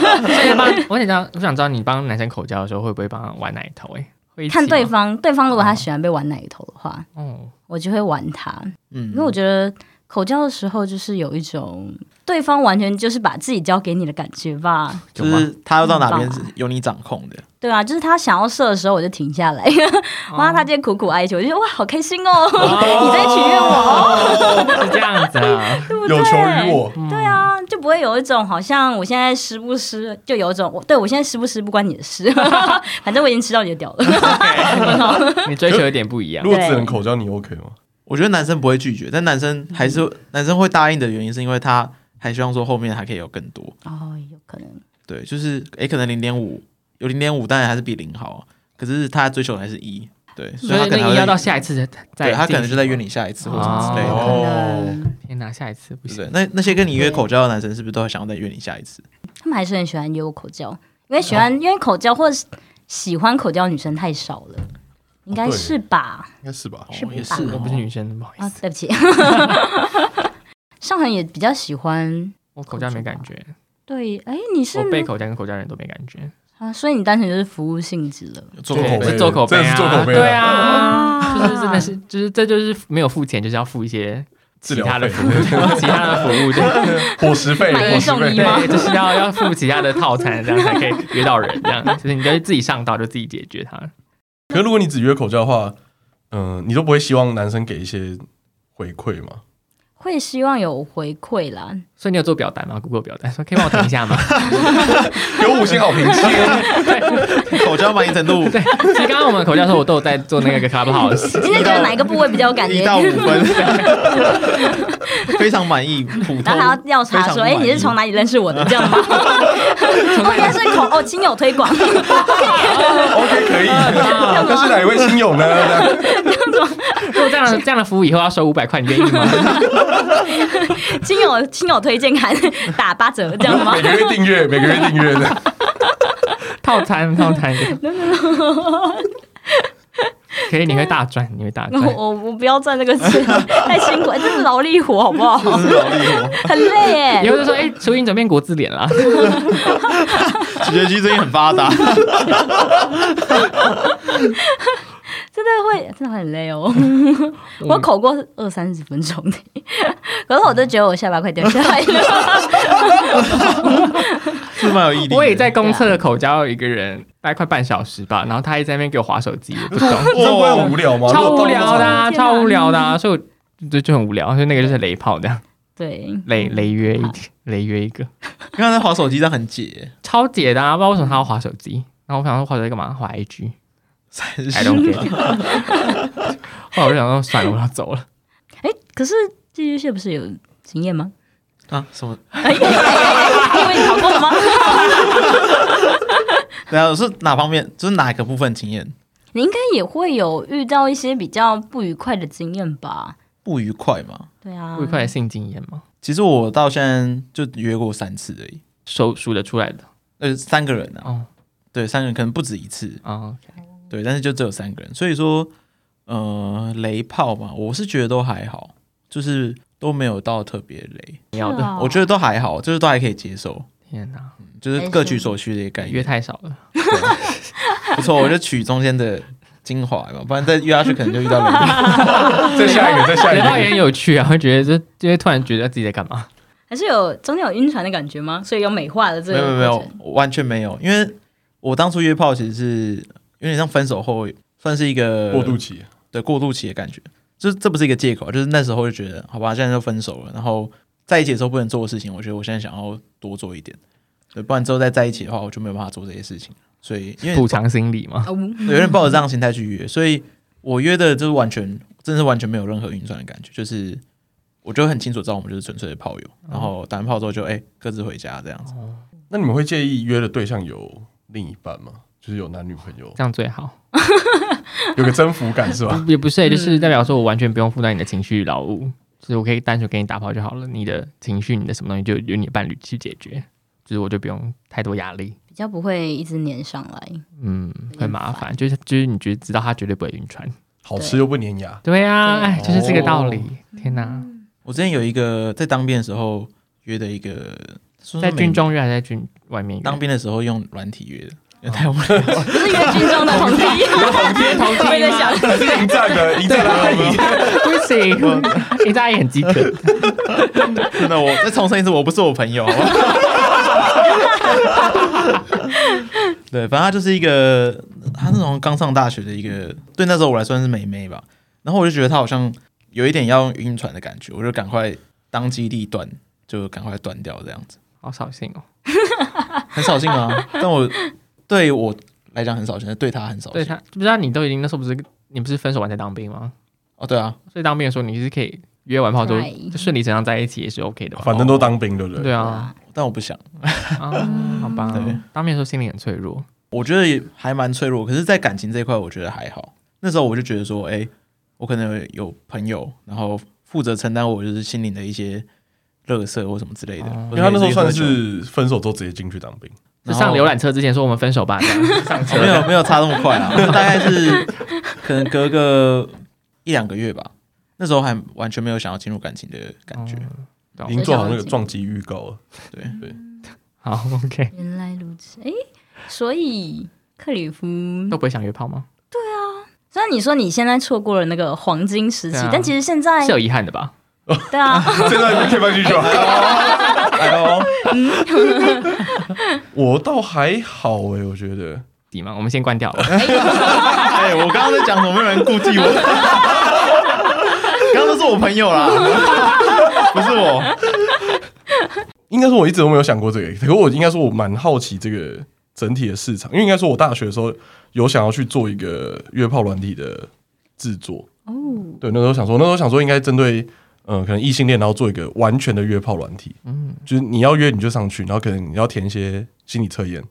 Speaker 3: 所以帮我想知道，我想知道你帮男生口交的时候会不会帮他玩奶头？哎，会一起
Speaker 4: 看对
Speaker 3: 吗
Speaker 4: 方，对方如果他喜欢被玩奶头的话，
Speaker 3: 哦，
Speaker 4: 我就会玩他，
Speaker 2: 嗯，
Speaker 4: 因为我觉得口交的时候就是有一种对方完全就是把自己交给你的感觉吧。
Speaker 2: 就
Speaker 3: 有吗
Speaker 2: 是他要到哪边
Speaker 4: 很
Speaker 2: 是
Speaker 4: 棒啊
Speaker 2: 由你掌控的，
Speaker 4: 对啊，就是他想要射的时候，我就停下来。
Speaker 1: 哦
Speaker 4: 哇，他今天苦苦哀求，我就觉得哇，好开心哦， 你在取悦我哦。
Speaker 3: 是这样子啊，
Speaker 4: 对不对
Speaker 1: 有求于我，
Speaker 4: 对啊，就不会有一种好像我现在湿不湿，就有一种我对我现在湿不湿不关你的事， 反正我已经吃到你的屌了。
Speaker 3: 你追求有点不一样
Speaker 1: 如。果只能口交，你 OK 吗？
Speaker 2: 我觉得男生不会拒绝，但男生还是、
Speaker 4: 嗯
Speaker 2: 男生会答应的原因，是因为他还希望说后面还可以有更多。
Speaker 4: 哦，有可能，
Speaker 2: 对，就是诶、可能零点五有零点五，当然还是比零好，可是他追求的还是一。 对，所
Speaker 3: 所
Speaker 2: 以他
Speaker 3: 以
Speaker 2: 可
Speaker 3: 那
Speaker 2: 能
Speaker 3: 你要
Speaker 2: 还
Speaker 3: 到
Speaker 2: 会
Speaker 3: 下一次再，
Speaker 2: 对他可能就在约。你下一次或者什么之类的。
Speaker 4: 有
Speaker 1: 哦
Speaker 4: 可能，
Speaker 3: 天哪，下一次不
Speaker 2: 对不
Speaker 3: 行
Speaker 4: 嗯
Speaker 2: 对？。那那些跟你约口交的男生是不是都会想要再约你下一次？
Speaker 4: 他们还是很喜欢约我口交，因为喜
Speaker 1: 哦
Speaker 4: 欢，因为口交或是喜欢口交的女生太少了，应该
Speaker 1: 对
Speaker 4: 是吧？
Speaker 1: 应该是吧？
Speaker 2: 哦
Speaker 4: 是不
Speaker 3: 也
Speaker 4: 是
Speaker 3: 是
Speaker 4: 吧？
Speaker 3: 我不是女生，不好意
Speaker 4: 啊
Speaker 3: 思，，
Speaker 4: 对不起， 上恒也比较喜欢。
Speaker 3: 我口交没感觉，
Speaker 4: 对，哎，你是
Speaker 3: 我被口交跟口交人都没感觉，
Speaker 4: 啊，所以你单纯就是服务性质了。
Speaker 1: 做口
Speaker 3: 对
Speaker 1: 碑，
Speaker 3: 是做口碑
Speaker 1: 真的
Speaker 3: 啊，
Speaker 1: 是做口碑，
Speaker 3: 对，啊，
Speaker 4: 啊
Speaker 3: 就是真的是，就是这就是没有付钱，就是要付一些
Speaker 1: 治
Speaker 3: 其
Speaker 1: 疗
Speaker 3: 他的
Speaker 1: 费
Speaker 3: 服务，其他的服务，对
Speaker 1: 伙食费，
Speaker 4: 买一
Speaker 1: 伙食
Speaker 4: 送一
Speaker 1: 费
Speaker 4: 吗，
Speaker 3: 对，就是要要付其他的套餐，这样才可以约到人，这样就是你就自己上道就自己解决它。
Speaker 1: 可是如果你只约口交的话，嗯、你都不会希望男生给一些回馈吗？
Speaker 4: 会希望有回馈啦，
Speaker 3: 所以你有做表单吗？Google 表单说可以帮我停一下吗？
Speaker 1: 有五星好 评，哦
Speaker 2: 口交满意程度
Speaker 3: 对，其实刚刚我们口交的时候，我都有在做那个 Clubhouse，
Speaker 4: 今天觉得哪一个部位比较有感觉
Speaker 2: 一？ 到五分，非常满意。普通，
Speaker 4: 然后还要调查说，哎，你是从哪里认识我的？这样 吗？哦，原来是口哦，亲友推广，
Speaker 1: OK 可以。
Speaker 4: 啊
Speaker 1: 但是哪一位亲友呢？
Speaker 3: 如果这样这样的服务以后要收五百块，你愿意吗？
Speaker 4: 亲友亲友推荐函打八折，这样吗
Speaker 1: 每？个月订阅，每个月订阅的。
Speaker 3: 套餐套 餐，可以，你会大赚，你会大
Speaker 4: 我
Speaker 3: 赚。
Speaker 4: 我我不要赚这个钱，太辛苦了，哎这是劳力活，好不好？
Speaker 2: 这是劳力活。
Speaker 4: 很累
Speaker 3: 以
Speaker 4: 耶。
Speaker 3: 后就说，哎，楚英怎么变国字脸 了？
Speaker 4: 啊
Speaker 2: 取决机最近很发达，
Speaker 4: 真的会，真的很累哦。我口过二三十分钟 的，可是我都觉得我下巴快掉下来 了。
Speaker 2: 是蛮有毅力的。
Speaker 3: 我也在公厕的口交有一个人，大概快半小时吧，然后他一直在那边给我划手机， 我不懂，
Speaker 1: 这样不会很无聊吗？
Speaker 3: 超无聊的、啊，
Speaker 4: 天哪
Speaker 3: 超无聊的、啊，所以我就就很无聊，所以那个就是雷炮
Speaker 4: 嗯
Speaker 3: 这样，
Speaker 4: 对，
Speaker 3: 雷雷约一雷约一个，
Speaker 2: 刚刚在划手机，这样很解。
Speaker 3: 超解的、啊，不知道为什么他要划手机。然后我想说划 手机干嘛？划 IG，
Speaker 2: 三
Speaker 3: I don't care 后来我就想说算了，我要走了。
Speaker 4: 哎，可是寄居蟹不是有经验吗？
Speaker 2: 啊？什么？
Speaker 4: 哎，哎哎哎因为你考过了吗？
Speaker 2: 对啊，是哪方面？就是哪一个部分经验
Speaker 4: 你应该也会有遇到一些比较不愉快的经验吧？
Speaker 2: 不愉快嘛？
Speaker 4: 对啊，
Speaker 3: 不愉快的性经验吗？
Speaker 2: 其实我到现在就约过三次而已，
Speaker 3: 手数得出来的
Speaker 2: 呃，三个人啊，
Speaker 3: 哦
Speaker 2: 对，三个人可能不止一次，
Speaker 3: 哦，
Speaker 2: 对，但是就只有三个人，所以说，呃，雷炮嘛，我是觉得都还好，就是都没有到特别雷，
Speaker 3: 你要
Speaker 4: 是
Speaker 3: 的
Speaker 4: 啊
Speaker 2: 我觉得都还好，就是都还可以接受，
Speaker 3: 天哪，
Speaker 2: 就是各取所需的一个概
Speaker 3: 约
Speaker 2: 念，
Speaker 3: 太 少了，
Speaker 2: 不错，我就取中间的精华嘛，不然再约下去可能就遇到雷炮。
Speaker 1: 再下一个，再下
Speaker 3: 雷炮
Speaker 1: 一
Speaker 3: 也
Speaker 1: 个。
Speaker 3: 很有趣啊，会觉得这就会突然觉得自己在干嘛。
Speaker 4: 还是有中间有晕船的感觉吗？所以有美化的这
Speaker 2: 没
Speaker 4: 个
Speaker 2: 有没
Speaker 4: 过
Speaker 2: 有
Speaker 4: 程，
Speaker 2: 完全没有，因为我当初约炮其实是有点像分手后算是一个
Speaker 1: 过渡期，
Speaker 2: 的过渡期的感觉，就是这不是一个借口，就是那时候就觉得好吧，现在就分手了，然后在一起的时候不能做的事情，我觉得我现在想要多做一点，对，不然之后再在一起的话，我就没有办法做这些事情，所以因为
Speaker 3: 补偿心理嘛，
Speaker 4: 哦
Speaker 2: 有人抱着这样的心态去约，所以我约的就是完全，真的是完全没有任何晕船的感觉，就是我就很清楚知道我们就是纯粹的炮友，然后打完炮之后就哎、各自回家这样子。
Speaker 1: 那你们会介意约的对象有另一半吗？就是有男女朋友，
Speaker 3: 这样最好。
Speaker 1: 有个征服感是吧？
Speaker 3: 也不是、
Speaker 4: 嗯
Speaker 3: 欸，就是代表说我完全不用负担你的情绪劳务，就是我可以单纯给你打炮就好了，你的情绪、你的什么东西就由你的伴侣去解决，就是我就不用太多压力，
Speaker 4: 比较不会一直粘上来。
Speaker 3: 嗯，
Speaker 4: 点
Speaker 3: 很麻烦，就是就是你觉得知道他绝对不会晕船，
Speaker 1: 好吃又不粘 牙，
Speaker 3: 对啊，
Speaker 4: 对
Speaker 3: 哎，就是这个道理，
Speaker 2: 哦
Speaker 3: 天哪，
Speaker 2: 我之前有一个在当兵的时候约的一个，说
Speaker 3: 在
Speaker 2: 是美
Speaker 3: 军中约还是在军外面约
Speaker 2: 当兵的时候用软体约的，因为太无聊了。
Speaker 4: 不是约军中的同梯，同梯同
Speaker 3: 梯吗
Speaker 4: 我也在想，
Speaker 1: 还是迎战的迎战的阿姨，
Speaker 3: 不 行， 你大家也很饥渴，
Speaker 2: 真的，我再重申一次，我不是我朋友。好 不好对，反正他就是一个，他那种刚上大学的一个，对那时候我来算是美眉吧。然后我就觉得他好像有一点要晕船的感觉，我就赶快当机立断，就赶快断掉这样子，
Speaker 3: 好扫兴哦，
Speaker 2: 很扫兴啊。但我对我来讲很扫兴，但对他很扫
Speaker 3: 对
Speaker 2: 兴。
Speaker 3: 他，不知道你都已经那时候不是你不是分手完才当兵吗？
Speaker 2: 哦，对啊，
Speaker 3: 所以当兵的时候你是可以约完炮之后
Speaker 4: Try
Speaker 3: 就顺理成章在一起也是 OK 的吧，
Speaker 1: 反正都当兵对不对？
Speaker 3: 对啊。
Speaker 2: 但我不想。
Speaker 3: 啊，好吧
Speaker 2: 对，
Speaker 3: 当面说心灵很脆弱，
Speaker 2: 我觉得也还蛮脆弱，可是，在感情这一块，我觉得还好。那时候我就觉得说，哎、我可能有朋友，然后负责承担我就是心灵的一些乐色或什么之类的。
Speaker 3: 哦
Speaker 1: 因
Speaker 2: 因
Speaker 1: 为他那时候算是分手之后直接进去当兵，
Speaker 3: 就上
Speaker 2: 然
Speaker 3: 浏
Speaker 2: 后
Speaker 3: 览车之前说我们分手吧，这 样上车
Speaker 2: 没有没有差那么快啊，大概是可能隔个一两个月吧。那时候还完全没有想要进入感情的感觉，
Speaker 3: 懂
Speaker 1: 已经做好那个撞击预告了。
Speaker 2: 对
Speaker 1: 对，
Speaker 3: 好 OK，
Speaker 4: 原来如此，诶，所以克里夫，
Speaker 3: 都不会想约炮吗？
Speaker 4: 虽然你说你现在错过了那个黄金时期，
Speaker 3: 对啊
Speaker 4: 但其实现在
Speaker 3: 是有遗憾的吧？
Speaker 4: 对啊，
Speaker 1: 这段你可以放进去吗？ 哎呦，我倒还好哎、我觉得。
Speaker 3: 底吗？我们先关掉了。
Speaker 2: 哎、我刚刚在讲什么？没有人顾忌我，刚刚都是我朋友啦，不是我。
Speaker 1: 应该说我一直都没有想过这个，可我应该说我蛮好奇这个整体的市场，因为应该说我大学的时候有想要去做一个约炮软体的制作，
Speaker 4: 哦，
Speaker 1: 对，那时候想说，那时候想说应该针对嗯、呃可能异性恋，然后做一个完全的约炮软体，
Speaker 3: 嗯，
Speaker 1: 就是你要约你就上去，然后可能你要填一些心理测验，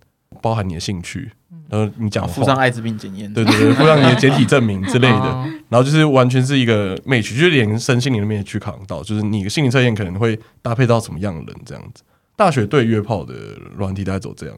Speaker 1: 包含你的兴趣，然后你讲的
Speaker 2: 附上
Speaker 1: 话。
Speaker 2: 艾滋病检验，
Speaker 1: 对对对，附上你的简体证明之类的，
Speaker 3: 哦
Speaker 1: 然后就是完全是一个 match，就是连身心灵的 match 去扛到，就是你的心理测验可能会搭配到什么样的人这样子。大学对约炮的软体大概走这样，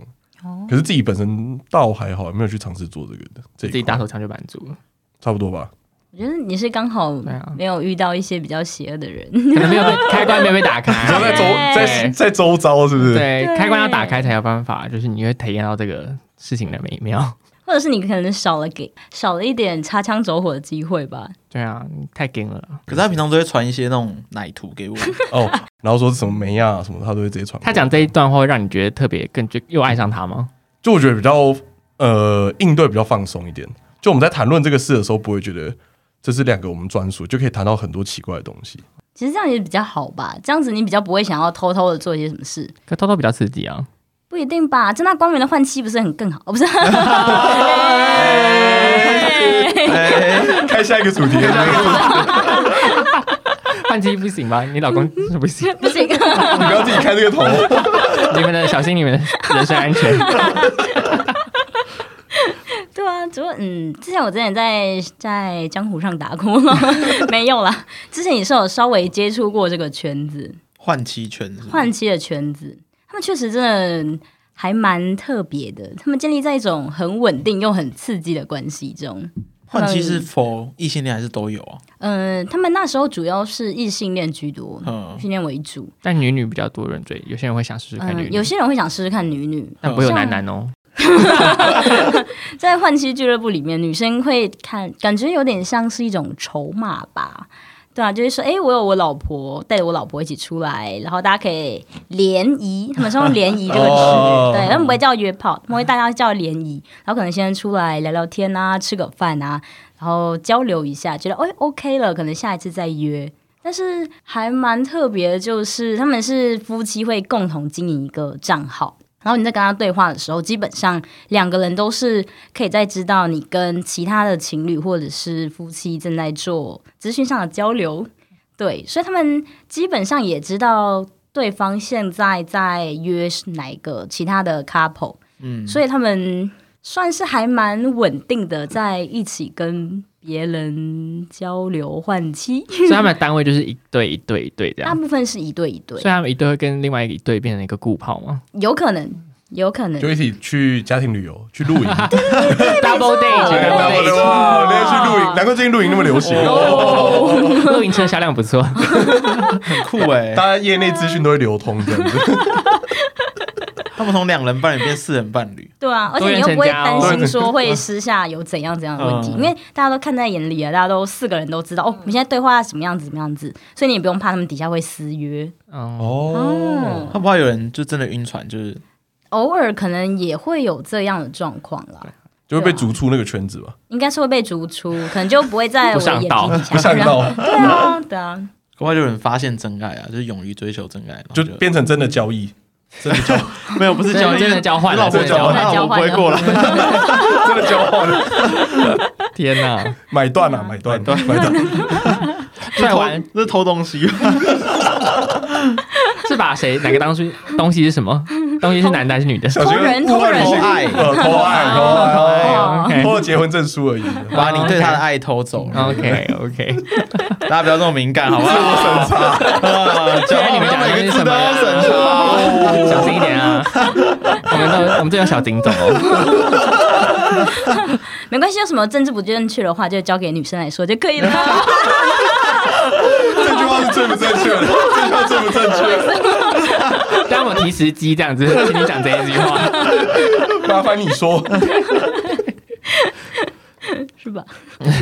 Speaker 1: 可是自己本身倒还好，没有去尝试做这个的，这
Speaker 3: 自
Speaker 1: 一
Speaker 3: 己打
Speaker 1: 块
Speaker 3: 手枪就满足了，
Speaker 1: 差不多 吧。
Speaker 4: 我觉得你是刚好
Speaker 3: 对啊
Speaker 4: 没有遇到一些比较邪恶的人，
Speaker 3: 可能没有被开关没有被 打开。
Speaker 1: 你要在周在
Speaker 3: 对
Speaker 1: 在周遭是不是？
Speaker 3: 对
Speaker 4: 对
Speaker 3: 开关要打开才有办法，就是你会体验到这个事情的美妙。
Speaker 4: 或者是你可能少了给少了一点擦枪走火的机会吧。
Speaker 3: 对啊，你太 g 了啦。
Speaker 2: 可是他平常都会传一些那种奶图给我，
Speaker 1: 哦，然后说什么梅亚、啊、什么，他都会直接传过来。
Speaker 3: 他讲这一段话会让你觉得特别更就又爱上他吗？
Speaker 1: 就我觉得比较呃应对比较放松一点。就我们在谈论这个事的时候，不会觉得这是两个我们专属，就可以谈到很多奇怪的东西。
Speaker 4: 其实这样也比较好吧，这样子你比较不会想要偷偷的做一些什么事，
Speaker 3: 可偷偷比较刺激啊。
Speaker 4: 不一定吧？正大光明的换妻不是很更好？哦，不是，
Speaker 1: 开下一个主题，
Speaker 3: 换妻不 行吧？你老公是不行，
Speaker 4: 不行，
Speaker 1: 你 不要自己开这个头。
Speaker 3: 你们的小心你们的人身安全。
Speaker 4: 对啊，只不过嗯，之前我之前在在江湖上打过， 没有啦，之前也是有稍微接触过这个圈子，
Speaker 2: 换妻圈
Speaker 3: 嗯
Speaker 2: 是不是
Speaker 4: 换妻的圈子，他们确实真的还蛮特别的，他们建立在一种很稳定又很刺激的关系中。
Speaker 2: 换妻是否异性恋还是都有啊？
Speaker 4: 嗯、他们那时候主要是异性恋居多，
Speaker 2: 嗯
Speaker 4: 异，性恋为主。
Speaker 3: 但女女比较多人追，有些人会想试试看
Speaker 4: 嗯、
Speaker 3: 女女，
Speaker 4: 有些人会想试试看女女，
Speaker 3: 但不会有男男哦。
Speaker 4: 在换妻俱乐部里面，女生会看，感觉有点像是一种筹码吧。对啊，就是说，哎、我有我老婆，带着我老婆一起出来，然后大家可以联谊，他们是用联谊这个词，
Speaker 1: 哦
Speaker 4: 对，他们不会叫约炮，他们会大家叫联谊，然后可能先出来聊聊天啊，吃个饭啊，然后交流一下，觉得哎、OK 了，可能下一次再约。但是还蛮特别的，就是他们是夫妻会共同经营一个账号，然后你在跟他对话的时候，基本上两个人都是可以再知道你跟其他的情侣或者是夫妻正在做资讯上的交流。对，所以他们基本上也知道对方现在在约是哪一个其他的 couple，
Speaker 2: 嗯，
Speaker 4: 所以他们算是还蛮稳定的，在一起跟别人交流换妻，
Speaker 3: 所以他们的单位就是啊一对一对一对这
Speaker 4: 大
Speaker 3: 样。
Speaker 4: 部分是一对一对
Speaker 3: 所以，他们一对会跟另外一个一对变成一个固炮吗
Speaker 4: 有可能，有可能
Speaker 1: 就一起去家庭旅游，去露 营。
Speaker 3: ？Double
Speaker 4: 对
Speaker 1: 哇
Speaker 3: date，double
Speaker 1: 我的
Speaker 3: date，
Speaker 1: 哇，哦连去露营，难怪最近露营那么流行，
Speaker 3: 露营车销量不 错。
Speaker 2: 很酷哎、
Speaker 1: 大家业内资讯都会流通这样子。
Speaker 2: 他们从两人伴侣变四人伴侣，
Speaker 4: 对啊，而且你又
Speaker 3: 多元
Speaker 4: 不
Speaker 3: 成家哦
Speaker 4: 会担心说会私下有怎样怎样的问题，
Speaker 2: 嗯
Speaker 4: 因为大家都看在眼里啊，大家都四个人都知道哦，我们现在对话什么样子什么样子，所以你也不用怕他们底下会私约。
Speaker 3: 哦，
Speaker 1: 哦，
Speaker 4: 嗯，
Speaker 2: 他不怕有人就真的晕船，就是
Speaker 4: 偶尔可能也会有这样的状况啦，
Speaker 1: 就会被逐出那个圈子吧，
Speaker 4: 应该是会被逐出，可能就不会在我
Speaker 3: 不
Speaker 4: 的眼
Speaker 3: 上道
Speaker 4: 皮底下。
Speaker 1: 不上 道，
Speaker 4: 对啊，对啊，
Speaker 2: 恐怕就有人发现真爱啊，就是勇于追求真爱，然后
Speaker 1: 就变成真的交易，真的交，
Speaker 2: 没有不是交易，
Speaker 3: 真的交换
Speaker 2: 你老婆
Speaker 1: 真的交换
Speaker 2: 那我不会过来，
Speaker 1: 真的交换，
Speaker 3: 天 哪！
Speaker 1: 买断啊，买断，买断，
Speaker 3: 帅完
Speaker 2: 这是偷东西，
Speaker 3: 是把谁哪个当初东西是什么东西是男的还是 女 的？
Speaker 1: 小心
Speaker 4: 偷人
Speaker 1: 误会同
Speaker 4: 偷人哦
Speaker 1: 性
Speaker 2: 爱
Speaker 1: 呃偷哎爱偷爱 偷爱，
Speaker 3: OK
Speaker 1: 偷了结婚证书而已。
Speaker 2: 把你对他的爱偷走了。
Speaker 3: 哦 OK OK，
Speaker 2: 大家不要这么敏感， 好不啊好？审查，
Speaker 3: 虽然你们讲的
Speaker 2: 每
Speaker 3: 是
Speaker 2: 个
Speaker 3: 什
Speaker 2: 字
Speaker 3: 么
Speaker 2: 都要审查哦
Speaker 3: 呀？
Speaker 4: 哦
Speaker 3: 小心一点 啊！我们都我们这有小丁总哦，
Speaker 4: 没关系，有什么政治不正确的话，就交给女生来说就可 以了。
Speaker 1: 这句话是最不正确的，这句话最不正确。
Speaker 3: 当我提时机这样子，请你讲这一句话。
Speaker 1: 麻烦你说，
Speaker 4: 是吧？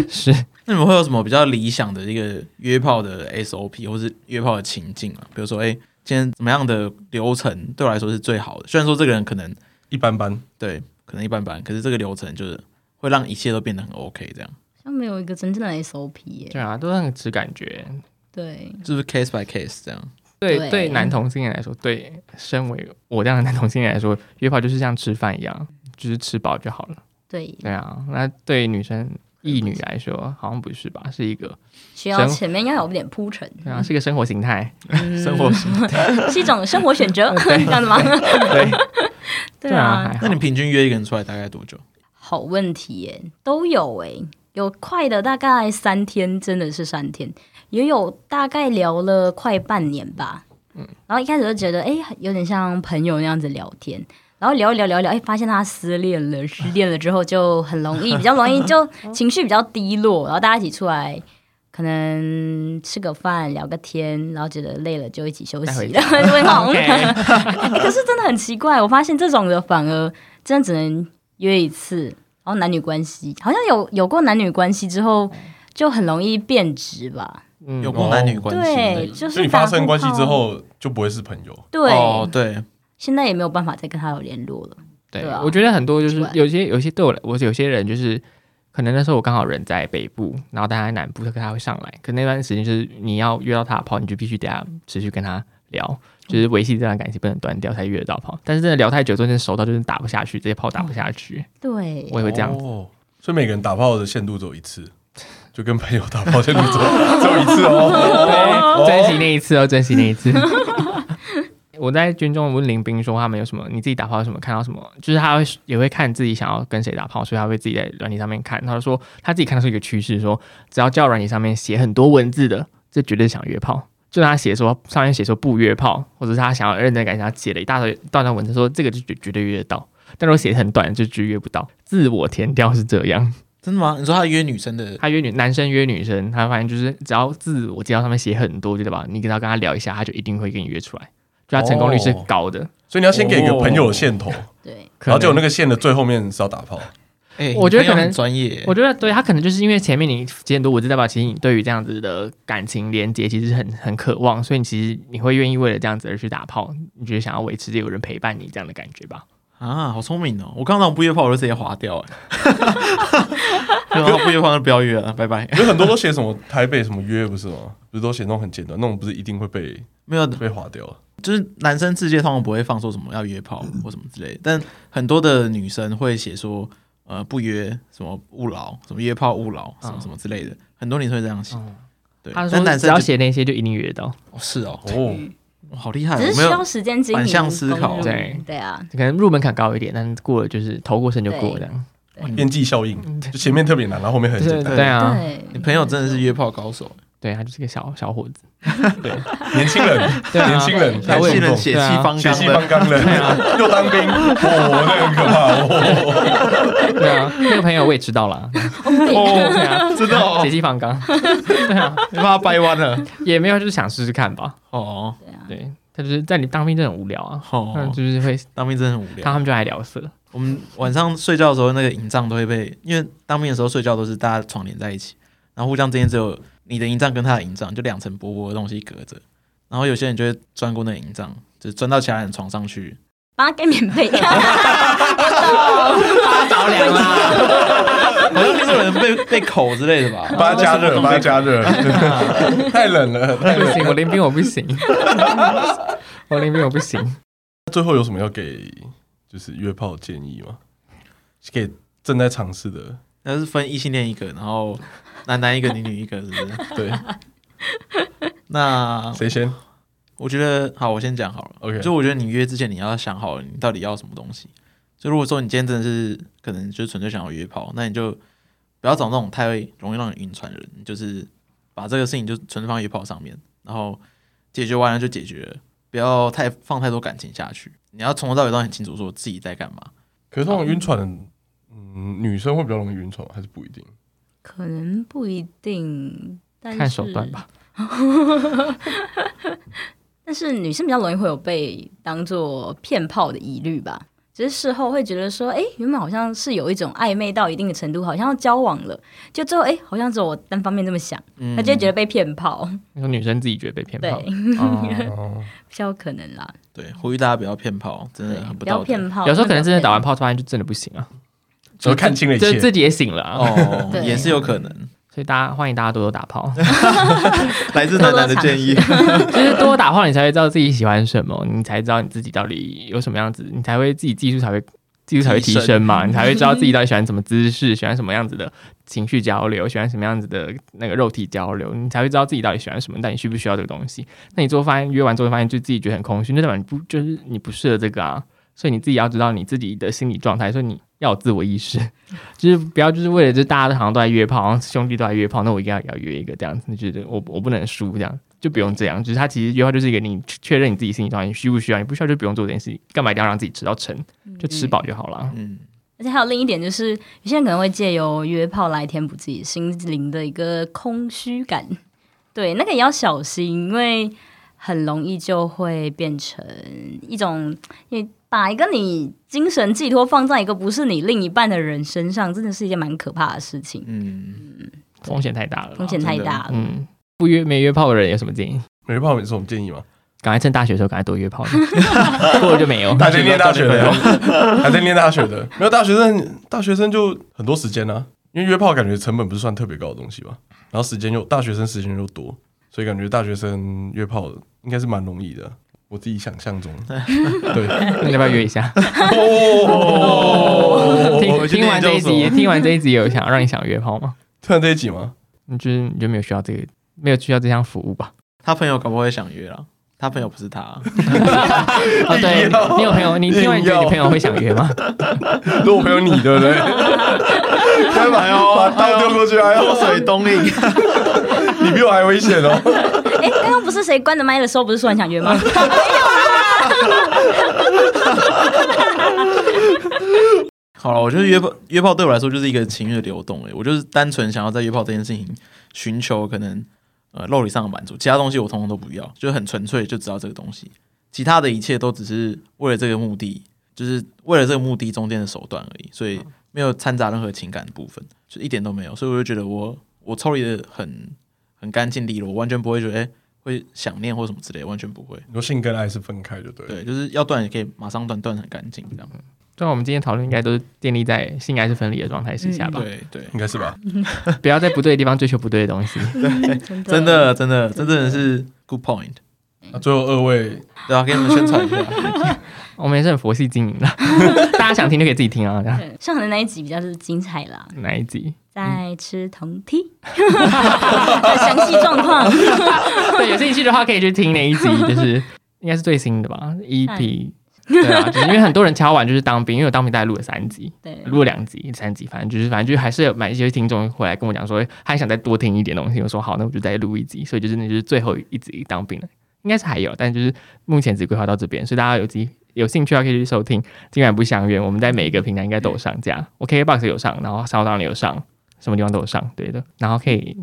Speaker 3: 是，
Speaker 2: 那你们会有什么比较理想的一个约炮的 SOP 或是约炮的情境啊？比如说，哎、今天怎么样的流程对我来说是最好的？虽然说这个人可能
Speaker 1: 一般般。
Speaker 2: 对，可能一般般，可是这个流程就是会让一切都变得很 OK，这样
Speaker 4: 像没有一个真正的 SOP 耶。
Speaker 3: 对啊，都是很吃感觉。
Speaker 4: 对，
Speaker 2: 就是 case by case 这样。
Speaker 3: 对
Speaker 4: 对
Speaker 3: 对，男同性恋来说，对身为我这样的男同性恋来说，约炮就是像吃饭一样，就是吃饱就好了。
Speaker 4: 对，
Speaker 3: 对啊，那对女生异女来说，好像不是吧？是一个
Speaker 4: 需要前面应该有点铺陈，
Speaker 3: 对啊，是一个生活形态。
Speaker 4: 嗯
Speaker 2: 生活型
Speaker 4: 是一种生活选 择，这样子吗？
Speaker 3: 对
Speaker 4: 对啊，
Speaker 3: 还好
Speaker 2: 那你平均约一个人出来大概多久？
Speaker 4: 好问题耶，都有哎，有快的大概三天，真的是三天，也有大概聊了快半年吧。
Speaker 3: 嗯
Speaker 4: 然后一开始就觉得，哎，有点像朋友那样子聊天，然后聊一聊聊一聊，哎，发现他失恋了，失恋了之后就很容易，比较容易就 情绪比较低落，然后大家一起出来。可能吃个饭聊个天，然后觉得累了就一起休
Speaker 3: 带回
Speaker 4: 息，
Speaker 3: 家
Speaker 4: 然后就会 好
Speaker 3: OK
Speaker 4: 欸可是真的很奇怪，我发现这种的反而真的只能约一次，然后男女关系好像有有过男女关系之后就很容易变质吧？
Speaker 3: 嗯
Speaker 2: 有过男女关系？
Speaker 4: 对，就
Speaker 1: 就是你
Speaker 4: 打
Speaker 1: 发
Speaker 4: 过
Speaker 1: 生关系之
Speaker 4: 炮，
Speaker 1: 后，就不会是朋友。
Speaker 4: 哦对，
Speaker 2: 哦，对，
Speaker 4: 现在也没有办法再跟他有联络了。
Speaker 3: 对
Speaker 4: 对啊，
Speaker 3: 我觉得很多就
Speaker 4: 奇
Speaker 3: 是
Speaker 4: 怪
Speaker 3: 有些有些对我来，我有些人就是可能那时候我刚好人在北部，然后大家在南部，他他会上来，可那段时间就是你要约到他的炮，你就必须得要持续跟他聊，
Speaker 4: 嗯
Speaker 3: 就是维系这段感情不能断掉才约得到炮。但是真的聊太久，中间熟到就是打不下去，这些炮打不下去，
Speaker 4: 对，
Speaker 3: 我也会这样子。
Speaker 1: 哦，所以每个人打炮的限度只有一次，就跟朋友打炮限度 只有只有一次哦。
Speaker 3: 对，珍惜那一次哦，珍惜那一次。 我在军中问林兵说，他们有什么你自己打炮有什么看到什么，就是他会也会看自己想要跟谁打炮，所以他会自己在软体上面看。他就说他自己看到是一个趋势，说只要叫软体上面写很多文字的，这绝对是想约炮。就他写说上面写说不约炮，或者是他想要认真感情，他写了一大堆一大段文字说这个就绝绝对约得到，但如果写得很短就绝对约不到。自我填调是这样。
Speaker 2: 真的吗？你说他约女生的，
Speaker 3: 他约女男生约女生，他发现就是只要自我介绍上面写很多，对吧？你跟他跟他聊一下，他就一定会跟你约出来，就他成功率是高的。
Speaker 1: 所以你要先给一个朋友的线头，
Speaker 4: 对，
Speaker 3: 哦可
Speaker 1: 然后
Speaker 3: 能
Speaker 1: 就那个线的最后面是要打炮。
Speaker 2: 哎、
Speaker 3: 我觉得
Speaker 2: 你朋友
Speaker 3: 可能
Speaker 2: 很专业、
Speaker 3: 我觉得对他可能就是因为前面你写很多文字，代表其实你对于这样子的感情连接其实很很渴望，所以你其实你会愿意为了这样子而去打炮，你觉得想要维持有人陪伴你这样的感觉吧？
Speaker 2: 啊，好聪明哦！我刚刚那种不约炮，我就直接划掉、 哎，然后不约炮就不要约了，拜拜。
Speaker 1: 有很多都写什么台北什么约不是吗？不是都写那种很简短，那种不是一定会被
Speaker 2: 没有，
Speaker 1: 被划掉。
Speaker 2: 就是男生世界通常不会放说什么要约炮
Speaker 3: 嗯
Speaker 2: 或什么之类的，但很多的女生会写说，呃，不约什么勿扰，什么约炮勿扰，什么什么之类的，很多女生会这样写。对，
Speaker 3: 啊他
Speaker 2: 但
Speaker 3: 说
Speaker 2: 男
Speaker 3: 只
Speaker 2: 生
Speaker 3: 要
Speaker 2: 就
Speaker 3: 写那些就一定约得到，
Speaker 2: 哦是哦，
Speaker 1: 哦，
Speaker 2: 哇好厉害哦！
Speaker 4: 嗯只是
Speaker 2: 我没
Speaker 4: 需要
Speaker 2: 有
Speaker 4: 时间经营
Speaker 2: 反向思考
Speaker 4: 跟
Speaker 3: 对
Speaker 4: 对啊，
Speaker 3: 可能入门槛高一点，但是过了就是头过身就过这样。
Speaker 1: 边际效应，就前面特别难，然后后面很简单。
Speaker 3: 嗯对啊，
Speaker 4: 对，
Speaker 2: 你朋友真的是约炮高手，
Speaker 3: 对他就是个小小伙子，
Speaker 1: 年轻人，
Speaker 3: 对啊
Speaker 1: 年轻人，
Speaker 3: 小
Speaker 2: 男
Speaker 3: 伟
Speaker 2: 性人
Speaker 1: 人
Speaker 2: 血
Speaker 3: 对
Speaker 2: 气
Speaker 3: 啊
Speaker 2: 方
Speaker 1: 血
Speaker 2: 刚
Speaker 1: 气
Speaker 2: 的，
Speaker 1: 方刚的， 又当兵，哦，那很可 怕哦。
Speaker 3: 对啊，那个朋友我也知道了。 对啊，
Speaker 2: 真的哦
Speaker 3: 血，气方刚，
Speaker 2: 你把他掰弯了。
Speaker 3: 也没有就是想试试看吧。
Speaker 2: 哦
Speaker 3: 对，他就是在你当兵真的很无聊啊，嗯，
Speaker 2: 哦，
Speaker 3: 就是会，
Speaker 2: 当兵真的很无聊
Speaker 3: 他。们就爱聊色，
Speaker 2: 我们晚上睡觉的时候，那个营帐都会被，因为当兵的时候睡觉都是大家床连在一起，然后互相之间只有你的营帐跟他的营帐就两层薄薄的东西隔着，然后有些人就会钻过那个营帐，就钻到其他人床上去，
Speaker 4: 帮他盖棉被，
Speaker 3: 着凉啦。
Speaker 2: 好像听说有人被被口之类 的吧，
Speaker 1: 八加热，八加 热，太冷了，太
Speaker 3: 不
Speaker 1: 冷了。
Speaker 3: 行，我临兵我不行，我临兵我不行。
Speaker 1: 最后有什么要给就是约炮的建议吗？给正在尝试的，
Speaker 2: 那是分异性恋一个，然后 男男一个，女女一个，是不是？
Speaker 1: 对，
Speaker 2: 那
Speaker 1: 谁先？
Speaker 2: 我觉得好，我先讲好了。
Speaker 1: OK
Speaker 2: 就我觉得你约之前你要想好你到底要什么东西。就如果说你今天真的是可能就是纯粹想要约炮，那你就不要找那种太容易让你晕船的人，你就是把这个事情就纯粹放在约炮上面，然后解决完了就解决了，不要太放太多感情下去。你要从头到尾都很清楚说自己在干嘛。
Speaker 1: 可是这种晕船的，嗯，女生会比较容易晕船，还是不一定？
Speaker 4: 可能不一定，但是
Speaker 3: 看手段吧。
Speaker 4: 但是女生比较容易会有被当做骗炮的疑虑吧，只是事后会觉得说，哎、原本好像是有一种暧昧到一定的程度，好像要交往了，就最后哎、诶好像只有我单方面这么想，
Speaker 2: 嗯
Speaker 4: 她就会觉得被骗炮，
Speaker 3: 那种女生自己觉得被骗
Speaker 4: 对
Speaker 3: 炮，，
Speaker 2: 哦
Speaker 1: 哦，
Speaker 4: 比较有可能啦，
Speaker 2: 对，呼吁大家不要骗炮，真的很
Speaker 4: 不
Speaker 2: 呃道
Speaker 4: 要
Speaker 2: 德。
Speaker 4: 骗炮，
Speaker 3: 有时候可能真的打完
Speaker 4: 炮，
Speaker 3: 炮，突然就真的不行啊了，
Speaker 1: 然后看清了一
Speaker 3: 就
Speaker 1: 切，
Speaker 3: 自己也醒了啊。
Speaker 2: 哦，
Speaker 4: 对
Speaker 2: 也是有可能。
Speaker 3: 所以大家欢迎大家多多打炮，
Speaker 2: 来自楠楠的建议，
Speaker 3: 就是多多打炮，你才会知道自己喜欢什么，你才知道你自己到底有什么样子，你才会自己技术才会技术才会提升嘛，你才会知道自己到底喜欢什么姿势，喜欢什么样子的情绪交流，喜欢什么样子的那个肉体交流，你才会知道自己到底喜欢什么，但你需不需要这个东西？那你最后发现约完之后发现，就自己觉得很空虚，那代表你不就是你不适合这个啊？所以你自己要知道你自己的心理状态，所以你要有自我意识， 就是不要就是为了就是大家都好像都在约炮，好像兄弟都在约炮，那我一定要也要约一个这样子，你觉得我我不能输这样，就不用这样。就是他其实约炮就是一个你确认你自己心理状态，你需不需要，你不需要就不用做这件事情，干嘛一定要让自己吃到撑，就吃饱就好了。
Speaker 2: 嗯，
Speaker 4: 而且还有另一点就是，有些人可能会借由约炮来填补自己心灵的一个空虚感，对，那个也要小心，因为很容易就会变成一种，你把一个你精神寄托放在一个不是你另一半的人身上，真的是一件蛮可怕的事情，
Speaker 2: 嗯，
Speaker 3: 风险太大了啦，
Speaker 4: 风险太大了。
Speaker 3: 嗯，不约没约炮的人有什么建议？
Speaker 1: 没办法，有什么建议吗？
Speaker 3: 赶快趁大学的时候赶快多约炮， 过了就没有。
Speaker 1: 还哦在念大学的， 还在念大学的，没有大学生，大学生就很多时间啊，因为约炮感觉成本不是算特别高的东西吧，然后时间又大学生时间又多，所以感觉大学生约炮应该是蛮容易的，我自己想象中，对，
Speaker 3: 那要不要约一下？听
Speaker 1: 哦，
Speaker 3: 听完这一集，听完这一集有想让你想约炮吗？
Speaker 1: 突然这一集吗？
Speaker 3: 你就是你就没有需要这个，没有需要这项服务吧？
Speaker 2: 他朋友搞不好会想约了，他朋友不是他，
Speaker 3: 哦， 对
Speaker 1: 硬要，
Speaker 3: 你有朋友，你听完你觉得你朋友会想约吗？
Speaker 1: 如果朋友你对不对？干嘛要把刀丢过去？哎呦，
Speaker 2: 水东引，
Speaker 1: 你比我还危险哦！
Speaker 4: 哎，刚刚不是谁关着麦的时候，不是说很想约吗？
Speaker 2: 好了，我觉得约炮约炮对我来说就是一个情欲的流动、欸，我就是单纯想要在约炮这件事情寻求可能呃肉体上的满足，其他东西我通通都不要，就很纯粹就知道这个东西，其他的一切都只是为了这个目的，就是为了这个目的中间的手段而已，所以没有掺杂任何情感的部分，就一点都没有，所以我就觉得我我抽离的很很干净利落，我完全不会觉得哎、欸会想念或什么之类，完全不会。
Speaker 1: 你说性跟爱是分开，就对了。
Speaker 2: 对，就是要断也可以马上断，断得很干净这样。
Speaker 3: 对，我们今天讨论应该都是建立在性爱是分离的状态之下吧，
Speaker 2: 对对，
Speaker 1: 应该是吧？
Speaker 3: 不要在不对的地方追求不对的东 西。
Speaker 2: 真，的真的，这真的是 good point。
Speaker 1: 那最后二位
Speaker 2: 对啊，给你们宣传一下。
Speaker 3: 我们也是很佛系经 营的，大家想听就可以自己听啊。这样
Speaker 4: 对上的那一集比较是精彩啦，
Speaker 3: 哪一 集？
Speaker 4: 在吃铜 梯， 详细状况。
Speaker 3: 对，有兴趣的话可以去听那一集， 就是应该是最新的吧，EP。对啊，就是因为很多人敲完就是当兵，因为我当兵大概录了三集，
Speaker 4: 对，
Speaker 3: 录了两集、三集，反正就是反正就是还是有买一些听众回来跟我讲说，还想再多听一点东西。我说好，那我就再录一集。所以就是那就是最后一集当兵了，应该是还有，但就是目前只规划到这边，所以大家有机有兴趣的话可以去收听。今晚不相约，我们在每一个平台应该都有上架，我 KBox 有上，然后烧当有上，什么地方都有上，对的。然后可以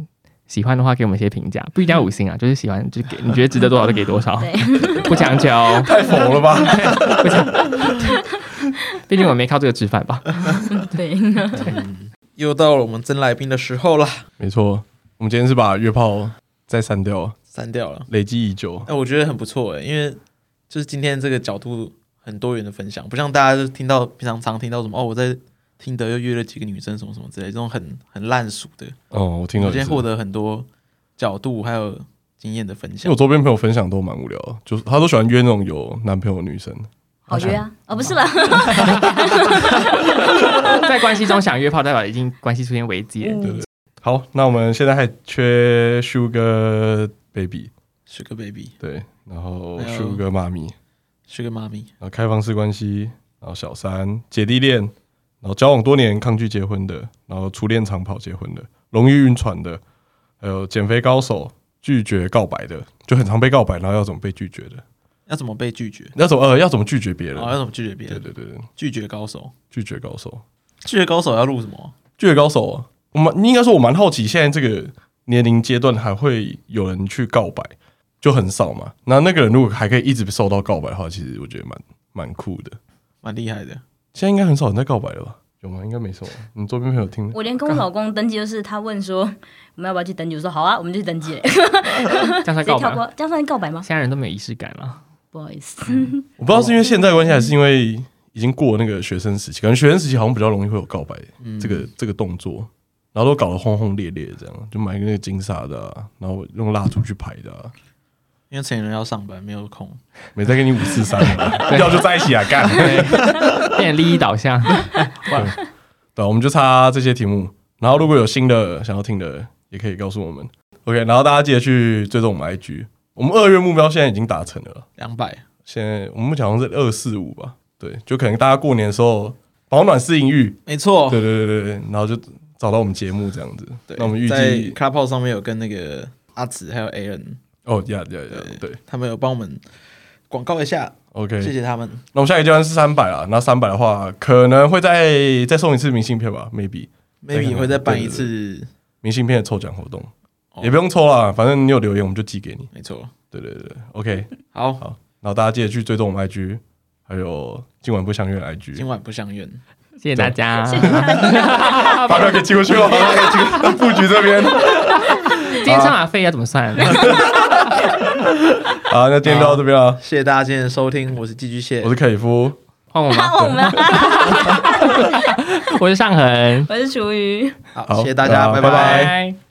Speaker 3: 喜欢的话给我们一些评价，不一定要五星啊，就是喜欢就是给你觉得值得多少就给多少， 不强求。
Speaker 1: 太佛了吧？
Speaker 3: 毕竟我没靠这个吃饭吧。
Speaker 4: 对，
Speaker 2: 又到了我们真来宾的时候啦，
Speaker 1: 没错，我们今天是把约炮再删掉，
Speaker 2: 删掉了。
Speaker 1: 累积已久。
Speaker 2: 哎，我觉得很不错哎、因为就是今天这个角度很多元的分享，不像大家就听到平常常听到什么哦，我在听得又约了几个女生什么什么之类，这种很很烂俗的。
Speaker 1: 哦，我听
Speaker 2: 我
Speaker 1: 到也
Speaker 2: 今天
Speaker 1: 是。
Speaker 2: 获得很多角度还有经验的分
Speaker 1: 因为
Speaker 2: 享
Speaker 1: 我。周边朋友分享都蛮无聊的，就是他都喜欢约那种有男朋友的女生。
Speaker 4: 好约啊！哦，不是啦，
Speaker 3: 在关系中想约炮，代表已经关系出现危机了。
Speaker 1: 好，那我们现在还缺 Sugar Baby，
Speaker 2: Sugar Baby，
Speaker 1: 对，然后
Speaker 2: 还有
Speaker 1: Sugar 妈咪，
Speaker 2: 是个妈咪，
Speaker 1: 然后开放式关系，然后小三姐弟恋，然后交往多年抗拒结婚的，然后初恋长跑结婚的，容易晕船的，还有减肥高手，拒绝告白的，就很常被告白，然后要怎么被拒绝的，
Speaker 2: 要怎么被拒绝？
Speaker 1: 要怎么呃要怎么拒绝别人？
Speaker 2: 哦，要怎么拒绝别
Speaker 1: 对
Speaker 2: 人？
Speaker 1: 对对对，
Speaker 2: 拒绝高手，
Speaker 1: 拒绝高手，
Speaker 2: 拒绝高手要录什么？
Speaker 1: 拒绝高手啊！我蛮应该说，我蛮好奇现在这个年龄阶段还会有人去告白，就很少嘛。那那个人如果还可以一直受到告白的话，其实我觉得蛮蛮酷的。
Speaker 2: 蛮厉害的。
Speaker 1: 现在应该很少人在告白了吧？有吗？应该没什么。你周边朋友听
Speaker 4: 我连跟我老公登记，就是他问说我们要不要去登记，我说好啊，我们就去登 记了，直
Speaker 3: 这样才
Speaker 4: 接
Speaker 3: 告
Speaker 4: 跳
Speaker 3: 白。
Speaker 4: 过，这样算告白吗？
Speaker 3: 现在人都没有仪式感了，
Speaker 4: 不好意思，
Speaker 1: 我不知道是因为现在的关系，还是因为已经过那个学生时期，可能学生时期好像比较容易会有告白这个、这个动作，然后都搞得轰轰烈烈，这样就买那个金沙的、啊，然后用蜡烛去排的、啊，
Speaker 2: 因为成年人要上班，没有空。
Speaker 1: 没再给你五四三了， 要就在一起啊，干。
Speaker 3: 变成利益 导向。
Speaker 1: 对，啊我们就差这些题目。然后如果有新的想要听的，也可以告诉我们。OK，然后大家记得去追踪我们 IG。我们二月目标现在已经达成了，
Speaker 2: 两百，
Speaker 1: 现在我们目前好像是二四五吧？对，就可能大家过年的时候保暖是淫欲，
Speaker 2: 没错。
Speaker 1: 对对对对对，然后就找到我们节目这样子。
Speaker 2: 对，
Speaker 1: 那我们预
Speaker 2: 在
Speaker 1: 计
Speaker 2: Clubhouse 上面有跟那个阿紫还有 A N，
Speaker 1: 哦，呀呀呀，对
Speaker 2: 他们有帮我们广告一下，
Speaker 1: ，OK，
Speaker 2: 谢谢他们。
Speaker 1: 那我们下一个阶段是三百啊，那三百的话可能会再再送一次明信片吧，maybe
Speaker 2: maybe
Speaker 1: 看
Speaker 2: 你会再办
Speaker 1: 对
Speaker 2: 一
Speaker 1: 对
Speaker 2: 次，
Speaker 1: 明信片的抽奖活动，
Speaker 2: 哦
Speaker 1: 也不用抽啦，反正你有留言我们就寄给你。
Speaker 2: 没错。
Speaker 1: 对对对对，OK，
Speaker 2: 好，
Speaker 1: 好然后大家记得去追踪我们 IG，还有今晚不相约的 IG，
Speaker 2: 今晚不相怨，
Speaker 3: 谢谢大家，
Speaker 1: 发票可以寄过去 哦，发票可以寄过去布局这边。
Speaker 3: 今天车马费要怎么 算？
Speaker 1: 好，那今天就到这边了，
Speaker 2: 谢谢大家今天的收听，我是寄居蟹
Speaker 1: 我，是凯夫，
Speaker 3: 换我吗？
Speaker 4: 那我们啊
Speaker 3: 我是尚恒，
Speaker 4: 我是厨余。
Speaker 2: 好，
Speaker 1: 好
Speaker 2: 谢谢大家，
Speaker 1: 好
Speaker 2: 拜
Speaker 1: 拜
Speaker 2: 拜
Speaker 1: 拜。
Speaker 3: 拜。